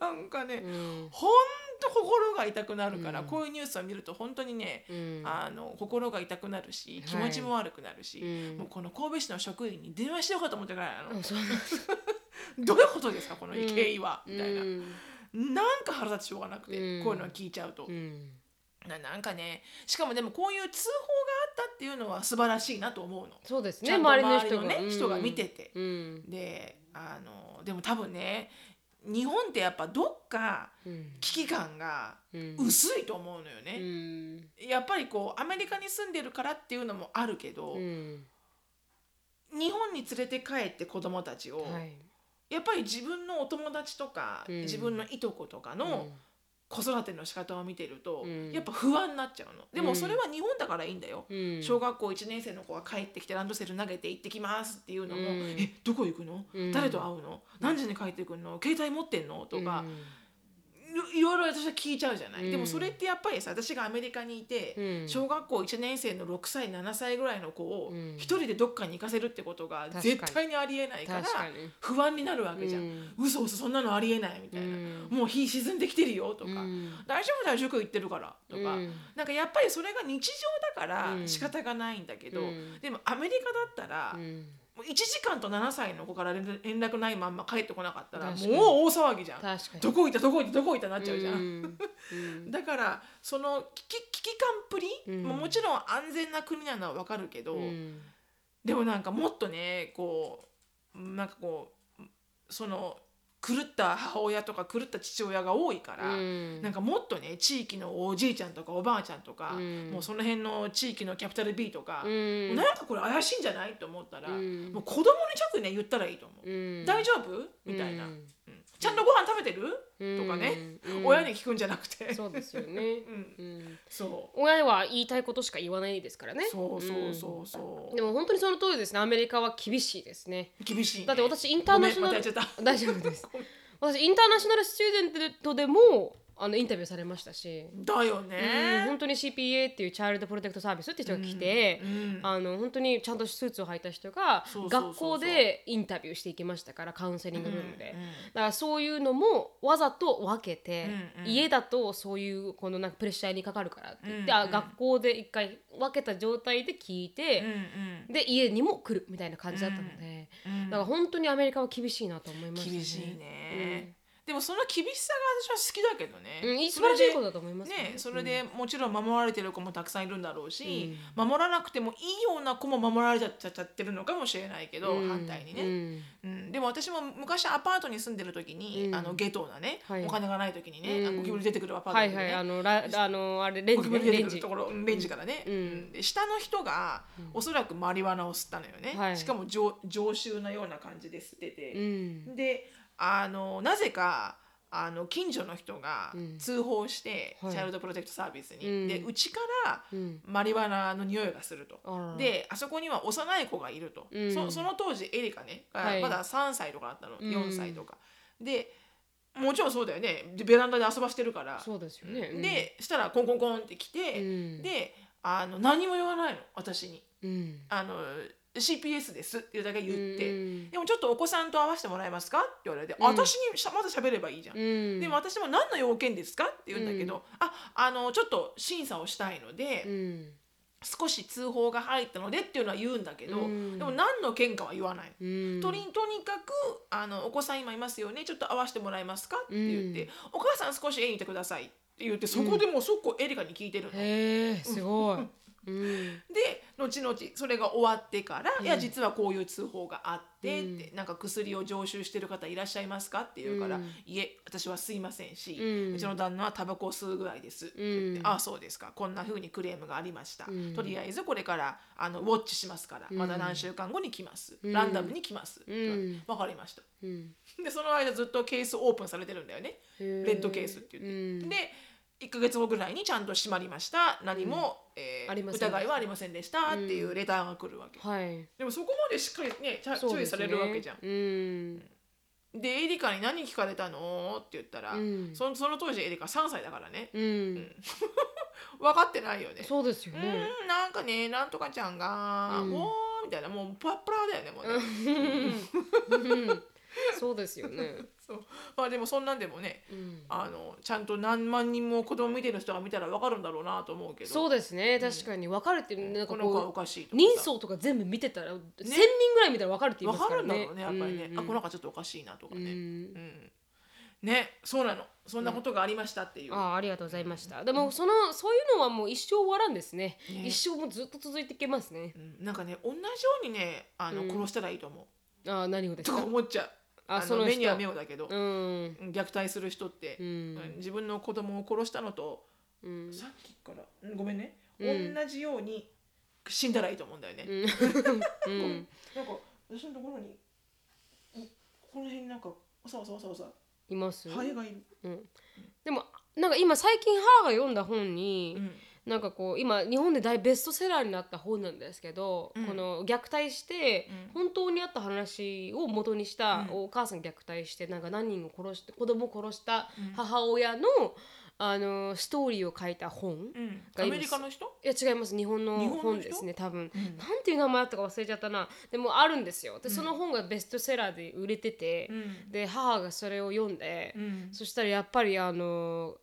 Speaker 2: なんかね
Speaker 1: うん
Speaker 2: ほんと心が痛くなるから、
Speaker 1: うん
Speaker 2: こういうニュースを見ると本当にね、
Speaker 1: うん
Speaker 2: あの心が痛くなるし
Speaker 1: い
Speaker 2: 気持ちも悪くなるし、
Speaker 1: うん
Speaker 2: もうこの神戸市の職員に電話しようかと思ってからいなの
Speaker 1: あそう
Speaker 2: どういうことですかこの
Speaker 1: うん
Speaker 2: 経緯は、みたいな、
Speaker 1: うん
Speaker 2: なんか腹立ってしょうがなくて、
Speaker 1: うん
Speaker 2: こういうのを聞いちゃうと、
Speaker 1: うん
Speaker 2: ななんかねしかもでもこういう通報があったっていうのは素晴らしいなと思うの。
Speaker 1: そうです
Speaker 2: ち
Speaker 1: ね
Speaker 2: ゃんと
Speaker 1: 周りの
Speaker 2: 周り
Speaker 1: 人
Speaker 2: の
Speaker 1: が
Speaker 2: ね
Speaker 1: うん
Speaker 2: 人が見てて。
Speaker 1: うん
Speaker 2: であのでも多分ね日本ってやっぱどっか
Speaker 1: うん
Speaker 2: 危機感が
Speaker 1: うん
Speaker 2: 薄いと思うのよ
Speaker 1: う
Speaker 2: ね、
Speaker 1: ん
Speaker 2: やっぱりこうアメリカに住んでるからっていうのもあるけど、
Speaker 1: うん
Speaker 2: 日本に連れて帰って子供たちを、
Speaker 1: はい
Speaker 2: やっぱり自分のお友達とか、
Speaker 1: うん
Speaker 2: 自分のいとことかの子育ての仕方を見てると、
Speaker 1: うん
Speaker 2: やっぱ不安になっちゃうので
Speaker 1: う
Speaker 2: も
Speaker 1: ん
Speaker 2: それは日本だからいいんだよ、
Speaker 1: うん
Speaker 2: 小学校1年生の子が帰ってきてランドセル投げて行ってきますっていうのも「
Speaker 1: うん
Speaker 2: えどこ行くの、
Speaker 1: うん
Speaker 2: 誰と会うの何時に帰ってくるの携帯持ってんの?」とか、いいろいろ私は聞いちゃうじゃない、
Speaker 1: うん
Speaker 2: でもそれってやっぱりさ私がアメリカにいて、
Speaker 1: うん
Speaker 2: 小学校1年生の6歳7歳ぐらいの子を
Speaker 1: うん
Speaker 2: 一人でどっかに行かせるってことが
Speaker 1: 確かに
Speaker 2: 絶対にありえないから
Speaker 1: 確かに
Speaker 2: 不安になるわけじゃん、
Speaker 1: うん
Speaker 2: 嘘嘘そんなのありえないみたいな、
Speaker 1: うん
Speaker 2: もう日沈んできてるよとか、
Speaker 1: うん
Speaker 2: 大丈夫だよ塾行ってるからとか、
Speaker 1: うん
Speaker 2: なんかやっぱりそれが日常だから
Speaker 1: うん
Speaker 2: 仕方がないんだけど、
Speaker 1: うん
Speaker 2: でもアメリカだったら、
Speaker 1: うん
Speaker 2: もう1時間と7歳の子から連連絡ないまんま帰ってこなかったらもう
Speaker 1: 確かに
Speaker 2: 大騒ぎじゃん。
Speaker 1: 確かに
Speaker 2: どこ行ったどこ行ったどこ行ったなっちゃうじゃん。
Speaker 1: うんうん
Speaker 2: だからその危機危機感っぷり、
Speaker 1: うん
Speaker 2: もうもちろん安全な国なのはわかるけど、
Speaker 1: うん
Speaker 2: でもなんかもっとねこうなんかこうその狂った母親とか狂った父親が多いから、
Speaker 1: うん
Speaker 2: なんかもっとね地域のおじいちゃんとかおばあちゃんとか、
Speaker 1: うん
Speaker 2: もうその辺の地域のキャピタル B とか、
Speaker 1: うん
Speaker 2: なんかこれ怪しいんじゃないと思ったら、
Speaker 1: うん
Speaker 2: もう子供に直ね言ったらいいと思う、
Speaker 1: うん
Speaker 2: 大丈夫みたいな、
Speaker 1: うん
Speaker 2: うんちゃんとご飯食べてる、
Speaker 1: うん
Speaker 2: とかね、
Speaker 1: うん
Speaker 2: 親に聞くんじゃなくて
Speaker 1: そうですよ ね
Speaker 2: うん
Speaker 1: うん
Speaker 2: そう
Speaker 1: 親は言いたいことしか言わないですからね
Speaker 2: そうそう
Speaker 1: う
Speaker 2: そうそ
Speaker 1: んでも本当にその通りですねアメリカは厳しいですね
Speaker 2: う。厳しい、ね。
Speaker 1: だって私インターナショナル
Speaker 2: ごめんまたやっち ゃっ
Speaker 1: 大丈夫 です私インターナショナルスチューデントでもあのインタビューされましたし、
Speaker 2: ただよ
Speaker 1: うん
Speaker 2: ね。
Speaker 1: 本当に CPA っていうチャイルドプロテクトサービスって人が来て、
Speaker 2: うん
Speaker 1: あの本当にちゃんとスーツを履いた人が
Speaker 2: そうそうそうそう
Speaker 1: 学校でインタビューしていきましたからカウンセリングルームで、
Speaker 2: うんうん
Speaker 1: だからそういうのもわざと分けて、
Speaker 2: うんうん
Speaker 1: 家だとそういうこのなんかプレッシャーにかかるからって言って、
Speaker 2: うんうん
Speaker 1: あ学校で一回分けた状態で聞いて、
Speaker 2: うん
Speaker 1: で家にも来るみたいな感じだったので、
Speaker 2: うんうん
Speaker 1: だから本当にアメリカは厳しいなと思いましたね
Speaker 2: 厳しいね。でもその厳しさが私は好きだけどね。
Speaker 1: うんいい素
Speaker 2: それ
Speaker 1: 晴
Speaker 2: で
Speaker 1: らしいことだと思います
Speaker 2: ね、それでもちろん守られてる子もたくさんいるんだろうし、
Speaker 1: う
Speaker 2: 守らなくてもいいような子も守られちゃっちゃってるのかもしれないけど、
Speaker 1: うん
Speaker 2: 反対にね、
Speaker 1: うん
Speaker 2: うん、でも私も昔アパートに住んでる時に、
Speaker 1: うん
Speaker 2: あのゲトーなね、
Speaker 1: はい
Speaker 2: お金がない時にね、あ
Speaker 1: うん
Speaker 2: ゴキブリ出てくるアパート
Speaker 1: は
Speaker 2: に
Speaker 1: い
Speaker 2: ね、
Speaker 1: はいあのラあのあれレン
Speaker 2: ゴ
Speaker 1: ジ
Speaker 2: キ
Speaker 1: ね
Speaker 2: ブリ
Speaker 1: レ
Speaker 2: 出て
Speaker 1: ン
Speaker 2: くる
Speaker 1: ジ
Speaker 2: ところレンジからね、
Speaker 1: うん
Speaker 2: うんで下の人がおそらくマリワナを吸ったのよね、
Speaker 1: はい
Speaker 2: しかも常常習なような感じで吸ってて
Speaker 1: う、ん
Speaker 2: であのなぜかあの近所の人が
Speaker 1: うん
Speaker 2: 通報して、
Speaker 1: はい
Speaker 2: チャイルドプロテクトサービスに、
Speaker 1: うん
Speaker 2: でうちから
Speaker 1: うん
Speaker 2: マリワナの匂いがすると。
Speaker 1: あらら
Speaker 2: であそこには幼い子がいると、
Speaker 1: うん
Speaker 2: そその当時エリカね、が
Speaker 1: はい
Speaker 2: まだ3歳とかだったの
Speaker 1: うん
Speaker 2: 4歳とか、でもちろんそうだよねでベランダで遊ばしてるから
Speaker 1: そうですよねうん
Speaker 2: でしたらコンコンコンって来
Speaker 1: う
Speaker 2: て、
Speaker 1: ん
Speaker 2: であの何も言わないの私に
Speaker 1: うん
Speaker 2: あの CPS ですっていうだけ言って、
Speaker 1: うん
Speaker 2: でもちょっとお子さんと会わせてもらえますかって言われて、
Speaker 1: うん
Speaker 2: 私にしゃまず喋ればいいじゃん、
Speaker 1: うん
Speaker 2: でも私も何の要件ですかって言うんだけど、
Speaker 1: う
Speaker 2: ああのちょっと審査をしたいので、
Speaker 1: うん
Speaker 2: 少し通報が入ったのでっていうのは言うんだけど、
Speaker 1: うん
Speaker 2: でも何の件かは言わない。
Speaker 1: うん
Speaker 2: とりとにかくあの「お子さん今いますよねちょっと会わせてもらえますか?」って言って、
Speaker 1: うん
Speaker 2: お母さん少し絵にいてください」って言ってそこでもうそこエリカに聞いてるの。
Speaker 1: へえすごいうん
Speaker 2: で後々それが終わってから「
Speaker 1: ん
Speaker 2: いや実はこういう通報があって」って
Speaker 1: う
Speaker 2: 「なんか薬を常習してる方いらっしゃいますか?」って言うから「
Speaker 1: うん
Speaker 2: いえ私は吸いませんし、
Speaker 1: う
Speaker 2: うんちの旦那はタバコを吸うぐらいです」って言って
Speaker 1: うん
Speaker 2: ああそうですかこんな風にクレームがありました、
Speaker 1: うん
Speaker 2: とりあえずこれからあのウォッチしますから、
Speaker 1: うん
Speaker 2: まだ何週間後に来ます、
Speaker 1: うん
Speaker 2: ランダムに来ます」って言われて
Speaker 1: うん
Speaker 2: わかりました」
Speaker 1: うん
Speaker 2: でその間ずっとケースオープンされてるんだよね
Speaker 1: へえ
Speaker 2: レッドケースって言って、
Speaker 1: うん
Speaker 2: で1ヶ月後ぐらいにちゃんと閉まりました何も、えー
Speaker 1: ありませんでした
Speaker 2: 疑いはありませんでしたっていうレターが来るわけ、
Speaker 1: はい
Speaker 2: でもそこまでしっかりねちゃ
Speaker 1: そう
Speaker 2: 注
Speaker 1: で
Speaker 2: 意
Speaker 1: す
Speaker 2: さ
Speaker 1: ね
Speaker 2: れるわけじゃん
Speaker 1: うん
Speaker 2: でエリカに何聞かれたのって言ったら、
Speaker 1: うん
Speaker 2: そのその当時エリカ3歳だからね
Speaker 1: うん
Speaker 2: 分かってないよね
Speaker 1: そうですよ
Speaker 2: う
Speaker 1: ね
Speaker 2: んなんかねなんとかちゃんが「
Speaker 1: うん
Speaker 2: もう」みたいなもうパッパラだよねもうね、
Speaker 1: うんそうですよね
Speaker 2: そうまあでもそんなんでもね
Speaker 1: うん
Speaker 2: あのちゃんと何万人も子供見てる人が見たら分かるんだろうなと思うけど
Speaker 1: そうですね確かに分かるってなんか
Speaker 2: この子はお
Speaker 1: こう
Speaker 2: かしいとかさ
Speaker 1: 人相とか全部見てたら、1000人ぐらい見たら分かるって言い
Speaker 2: わ
Speaker 1: ますから
Speaker 2: かるんだ
Speaker 1: ね
Speaker 2: ろうねやっぱりね、
Speaker 1: うんうん
Speaker 2: あこの子はちょっとおかしいなとか
Speaker 1: う
Speaker 2: ね、
Speaker 1: ん
Speaker 2: うんねそうなのそんなことがありましたっていう、
Speaker 1: ああありがとうございました。でもそのそういうのはもう一生終わらんですね。
Speaker 2: ね
Speaker 1: 一生もうずっと続いていけますね。
Speaker 2: うんなんかね同じようにねあの、
Speaker 1: うん
Speaker 2: 殺したらいいと思
Speaker 1: ああ何をで
Speaker 2: う
Speaker 1: す
Speaker 2: とか
Speaker 1: か。
Speaker 2: 思っちゃう
Speaker 1: あ
Speaker 2: あ
Speaker 1: そ
Speaker 2: の
Speaker 1: の人
Speaker 2: 目には目をだけど、
Speaker 1: うん
Speaker 2: 虐待する人って、
Speaker 1: うん
Speaker 2: 自分の子供を殺したのと、
Speaker 1: うん。
Speaker 2: さっきからうんごめんね、
Speaker 1: うん
Speaker 2: 同じように死んだらいいと思うんだよね、
Speaker 1: うん うん
Speaker 2: なんか私のところにいこの辺になんかわさわさわさわさ
Speaker 1: います。
Speaker 2: ハエがいる、
Speaker 1: うん。でもなんか今最近母が読んだ本に。
Speaker 2: うん
Speaker 1: なんかこう今日本で大ベストセラーになった本なんですけど、
Speaker 2: うん
Speaker 1: この虐待して
Speaker 2: うん
Speaker 1: 本当にあった話を元にした、
Speaker 2: うん
Speaker 1: お母さん虐待してなんか何人を殺して子供を殺した
Speaker 2: うん
Speaker 1: 母親の、あのストーリーを書いた本、い
Speaker 2: うん
Speaker 1: が
Speaker 2: ア
Speaker 1: います
Speaker 2: メリカの人、
Speaker 1: や違います日本の
Speaker 2: 日本の人
Speaker 1: 本ですね多分、
Speaker 2: うん
Speaker 1: なんていう名前あったか忘れちゃったなでもあるんですよで
Speaker 2: うん
Speaker 1: その本がベストセラーで売れてて、
Speaker 2: うん
Speaker 1: で母がそれを読んで、
Speaker 2: うん
Speaker 1: そしたらやっぱりあの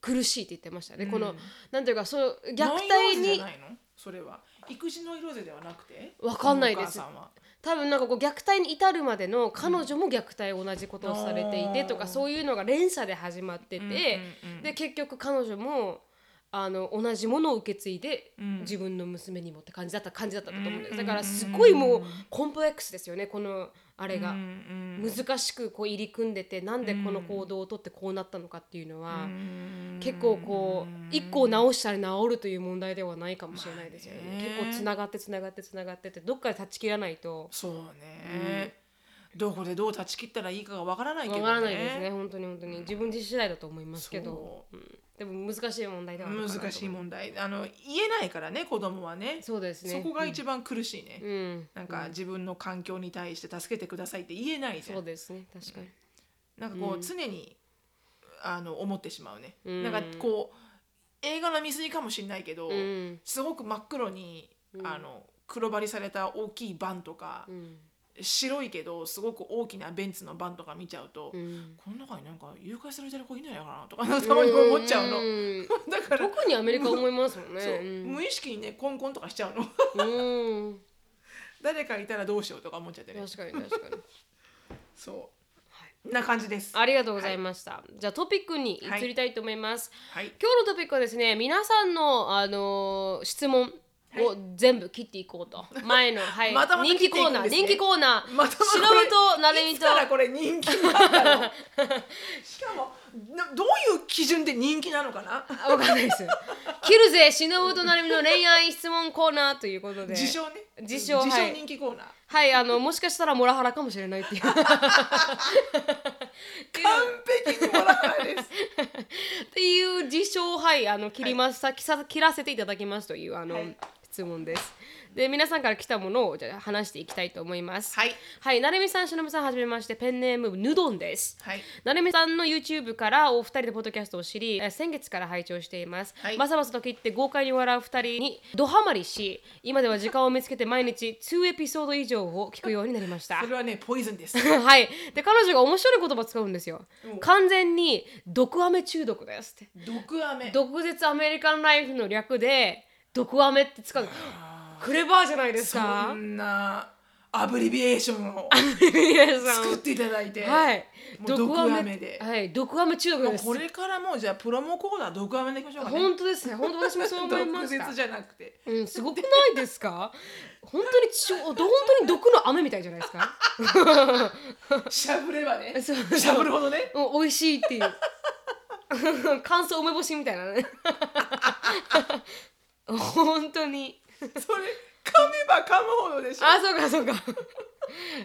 Speaker 1: 苦しいって言ってましたね、こ
Speaker 2: う
Speaker 1: の
Speaker 2: ん
Speaker 1: なんていうかその虐
Speaker 2: ノイ
Speaker 1: 待
Speaker 2: ローゼ
Speaker 1: に
Speaker 2: じゃないのそれは育児ノイローゼではなくて
Speaker 1: わかんないです
Speaker 2: そのお母さんは
Speaker 1: 多分なんかこう虐待に至るまでの彼女も虐待同じことをされていてとか、
Speaker 2: うん
Speaker 1: そういうのが連鎖で始まってて、
Speaker 2: うんうんうん
Speaker 1: で結局彼女もあの同じものを受け継いで、
Speaker 2: うん
Speaker 1: 自分の娘にもって感じだった感じだったと思うんです、
Speaker 2: うん
Speaker 1: だからすごいも
Speaker 2: う
Speaker 1: うんコンプレックスですよねこのあれが。
Speaker 2: うんうん
Speaker 1: 難しくこう入り組んでてなんでこの行動をとってこうなったのかっていうのは、結構こう一個を直したら治るという問題ではないかもしれないですよね,、
Speaker 2: まあね
Speaker 1: 結構つながってつながってつながってってどっかで断ち切らないと
Speaker 2: そうね、どこでどう断ち切ったらいいかがわからないけど
Speaker 1: わ
Speaker 2: ね
Speaker 1: からないですね本当に本当に自分自身次第だと思いますけどう
Speaker 2: そ、
Speaker 1: んでも難しい問題ではあるかなと
Speaker 2: 難しい問題あの言えないからね子供はね
Speaker 1: そうですね
Speaker 2: そこが一番苦しいね、
Speaker 1: うん、うん
Speaker 2: なんか自分の環境に対して助けてくださいって言えないじゃ
Speaker 1: そうんですね確かに
Speaker 2: なんかこ
Speaker 1: うん
Speaker 2: う常にあの思ってしまうね、
Speaker 1: うん
Speaker 2: なんかこう映画の見過ぎかもしれないけど、
Speaker 1: うん
Speaker 2: すごく真っ黒に、
Speaker 1: うん
Speaker 2: あの黒張りされた大きいバンとか
Speaker 1: う、ん
Speaker 2: 白いけどすごく大きなベンツのバンとか見ちゃうと、
Speaker 1: うん
Speaker 2: この中になんか誘拐されてる子いないのかなとかたまに思っちゃうの、
Speaker 1: ん
Speaker 2: だから
Speaker 1: 特にアメリカ思いますもんね
Speaker 2: そう、
Speaker 1: うん
Speaker 2: 無意識にねコンコンとかしちゃうの
Speaker 1: うん
Speaker 2: 誰かいたらどうしようとか思っちゃってね
Speaker 1: 確かに確かに
Speaker 2: そう、な感じです
Speaker 1: ありがとうございました、じゃあトピックに移りたいと思います、
Speaker 2: はい
Speaker 1: 今日のトピックはですね皆さんの、あのー質問を全部切っていこうと、前 の、はい、
Speaker 2: またまた
Speaker 1: 人気コーナー、
Speaker 2: 切って
Speaker 1: 人気
Speaker 2: いくんですね
Speaker 1: コーナー、
Speaker 2: またまた
Speaker 1: 忍
Speaker 2: これ
Speaker 1: となるみ
Speaker 2: いつ
Speaker 1: と
Speaker 2: からこれ人気なんだ ろうしかもなどういう基準で人気なのかな
Speaker 1: あわかんないです切るぜ忍となるみの恋愛質問コーナーということで
Speaker 2: 自称ね
Speaker 1: 自称
Speaker 2: 自
Speaker 1: は
Speaker 2: 称
Speaker 1: い
Speaker 2: 人気コーナー、
Speaker 1: はいあのもしかしたらモラハラかもしれないっていう
Speaker 2: 完璧にもらわないです
Speaker 1: っていう自称をはいあの切ります、切さ切らせていただきますというあの、
Speaker 2: はい
Speaker 1: 質問ですで皆さんから来たものをじゃあ話していきたいと思います
Speaker 2: はい
Speaker 1: はい、なるみさんしのぶさんはじめましてペンネームぬどんです
Speaker 2: はい
Speaker 1: なるみさんの YouTube からお二人でポッドキャストを知りえー先月から拝聴しています、
Speaker 2: はい
Speaker 1: まさまさと切って豪快に笑う二人にドハマりし今では時間を見つけて毎日2エピソード以上を聞くようになりました
Speaker 2: それはねポイズンで す
Speaker 1: はいで彼女が面白い言葉使うんですよ
Speaker 2: うん
Speaker 1: 完全に毒アメ中毒ですって
Speaker 2: 毒飴
Speaker 1: 毒舌アメリカンライフの略で毒アメって使うクレバーじゃないです
Speaker 2: そ
Speaker 1: か
Speaker 2: んなアブリビエーションを
Speaker 1: 皆さん
Speaker 2: 作 っていただいて、
Speaker 1: はい。
Speaker 2: もう
Speaker 1: 毒
Speaker 2: 毒
Speaker 1: ア
Speaker 2: アメ
Speaker 1: メ
Speaker 2: で
Speaker 1: はい、毒アメ中毒
Speaker 2: もう
Speaker 1: です
Speaker 2: こ。れからもうじゃあプロモコーナー毒飴でいきましょうかね
Speaker 1: 本当ですね。本当私もそう思いま
Speaker 2: 毒
Speaker 1: した
Speaker 2: 舌。じゃなくて
Speaker 1: うん、すごくないですか。本当にちょ、本当に毒の雨みたいじゃないですか。
Speaker 2: しゃぶればね
Speaker 1: そうそう
Speaker 2: しゃぶるほどね
Speaker 1: うん、美味しいっていう。 乾燥梅干しみたいなね。 本当に。
Speaker 2: それ噛めば噛むほどでしょ
Speaker 1: あ、そうか、そうか。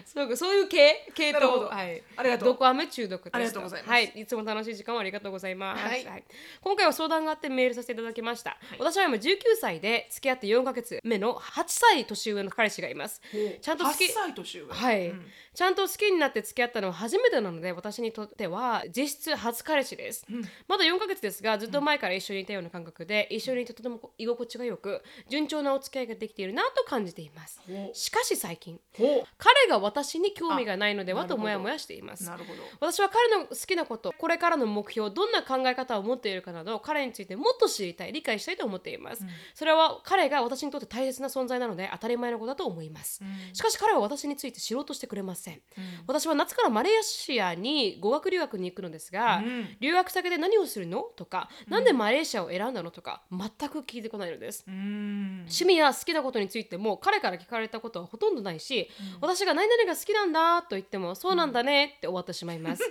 Speaker 1: そうか、そういう系、系
Speaker 2: なるほ
Speaker 1: 統。
Speaker 2: ど
Speaker 1: はい。
Speaker 2: ありがとう
Speaker 1: 毒アメ中毒です。
Speaker 2: ありがとうございます
Speaker 1: はい、いつも楽しい時間をありがとうございます。
Speaker 2: はい
Speaker 1: 今回は相談があってメールさせていただきました。私は今19歳で、付き合って4ヶ月目の8歳年上の彼氏がいます。ちゃんと好き
Speaker 2: 8。歳年上
Speaker 1: はい、
Speaker 2: うん
Speaker 1: ちゃんと好きになって付き合ったのは初めてなので私にとっては実質初彼氏です、
Speaker 2: うん
Speaker 1: まだ4ヶ月ですがずっと前から一緒にいたような感覚で一緒にいてとても居心地がよく順調なお付き合いができているなと感じています
Speaker 2: ほう
Speaker 1: しかし最近
Speaker 2: ほう
Speaker 1: 彼彼が私に興味がないのではともやもやしています
Speaker 2: なるほど
Speaker 1: 私は彼の好きなことこれからの目標どんな考え方を持っているかなど彼についてもっと知りたい理解したいと思っています、それは彼が私にとって大切な存在なので当たり前のことだと思います、しかし彼は私について知ろうとしてくれません、私は夏からマレーシアに語学留学に行くのですが、
Speaker 2: うん
Speaker 1: 留学先で何をするのとか、なんでマレーシアを選んだのとか全く聞いてこないのです、
Speaker 2: うん
Speaker 1: 趣味や好きなことについても彼から聞かれたことはほとんどないし、私が何々が好きなんだと言ってもそうなんだねって終わってしまいます、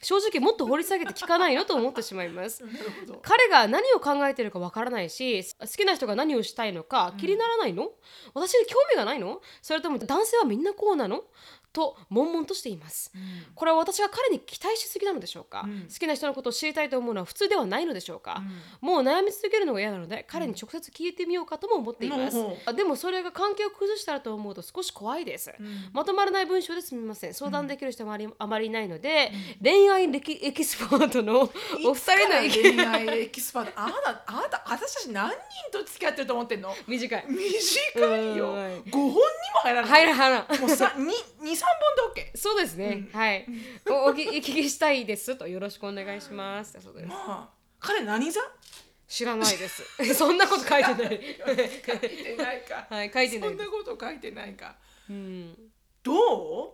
Speaker 1: 正直もっと掘り下げて聞かないのと思ってしまいます
Speaker 2: なるほど
Speaker 1: 彼が何を考えてるかわからないし好きな人が何をしたいのか気にならないの、私に興味がないのそれとも男性はみんなこうなのと悶々としています、これは私が彼に期待しすぎなのでしょうか、
Speaker 2: うん
Speaker 1: 好きな人のことを知りたいと思うのは普通ではないのでしょうか、もう悩み続けるのが嫌なので彼に直接聞いてみようかとも思っています、
Speaker 2: うん
Speaker 1: あでもそれが関係を崩したらと思うと少し怖いです、まとまらない文章ですみません相談できる人もあり、あまりいないので、恋愛歴エキスパートのお二人の意見
Speaker 2: いつから恋愛エキスパートあなたあなた私たち何人と付き合ってると思ってんの
Speaker 1: 短い
Speaker 2: 短いよ
Speaker 1: うん
Speaker 2: 5本にも入らない
Speaker 1: 入ら入らん
Speaker 2: もうさに二三本で OK
Speaker 1: そうですね、はいおおきお聞きしたいですとよろしくお願いしますだそうです
Speaker 2: まあ彼何座
Speaker 1: 知らないです そんなこと書いてない
Speaker 2: 書いてないか
Speaker 1: はい書いてな
Speaker 2: そ
Speaker 1: い
Speaker 2: ん
Speaker 1: で
Speaker 2: な
Speaker 1: す
Speaker 2: こと書いてないか
Speaker 1: うん
Speaker 2: どう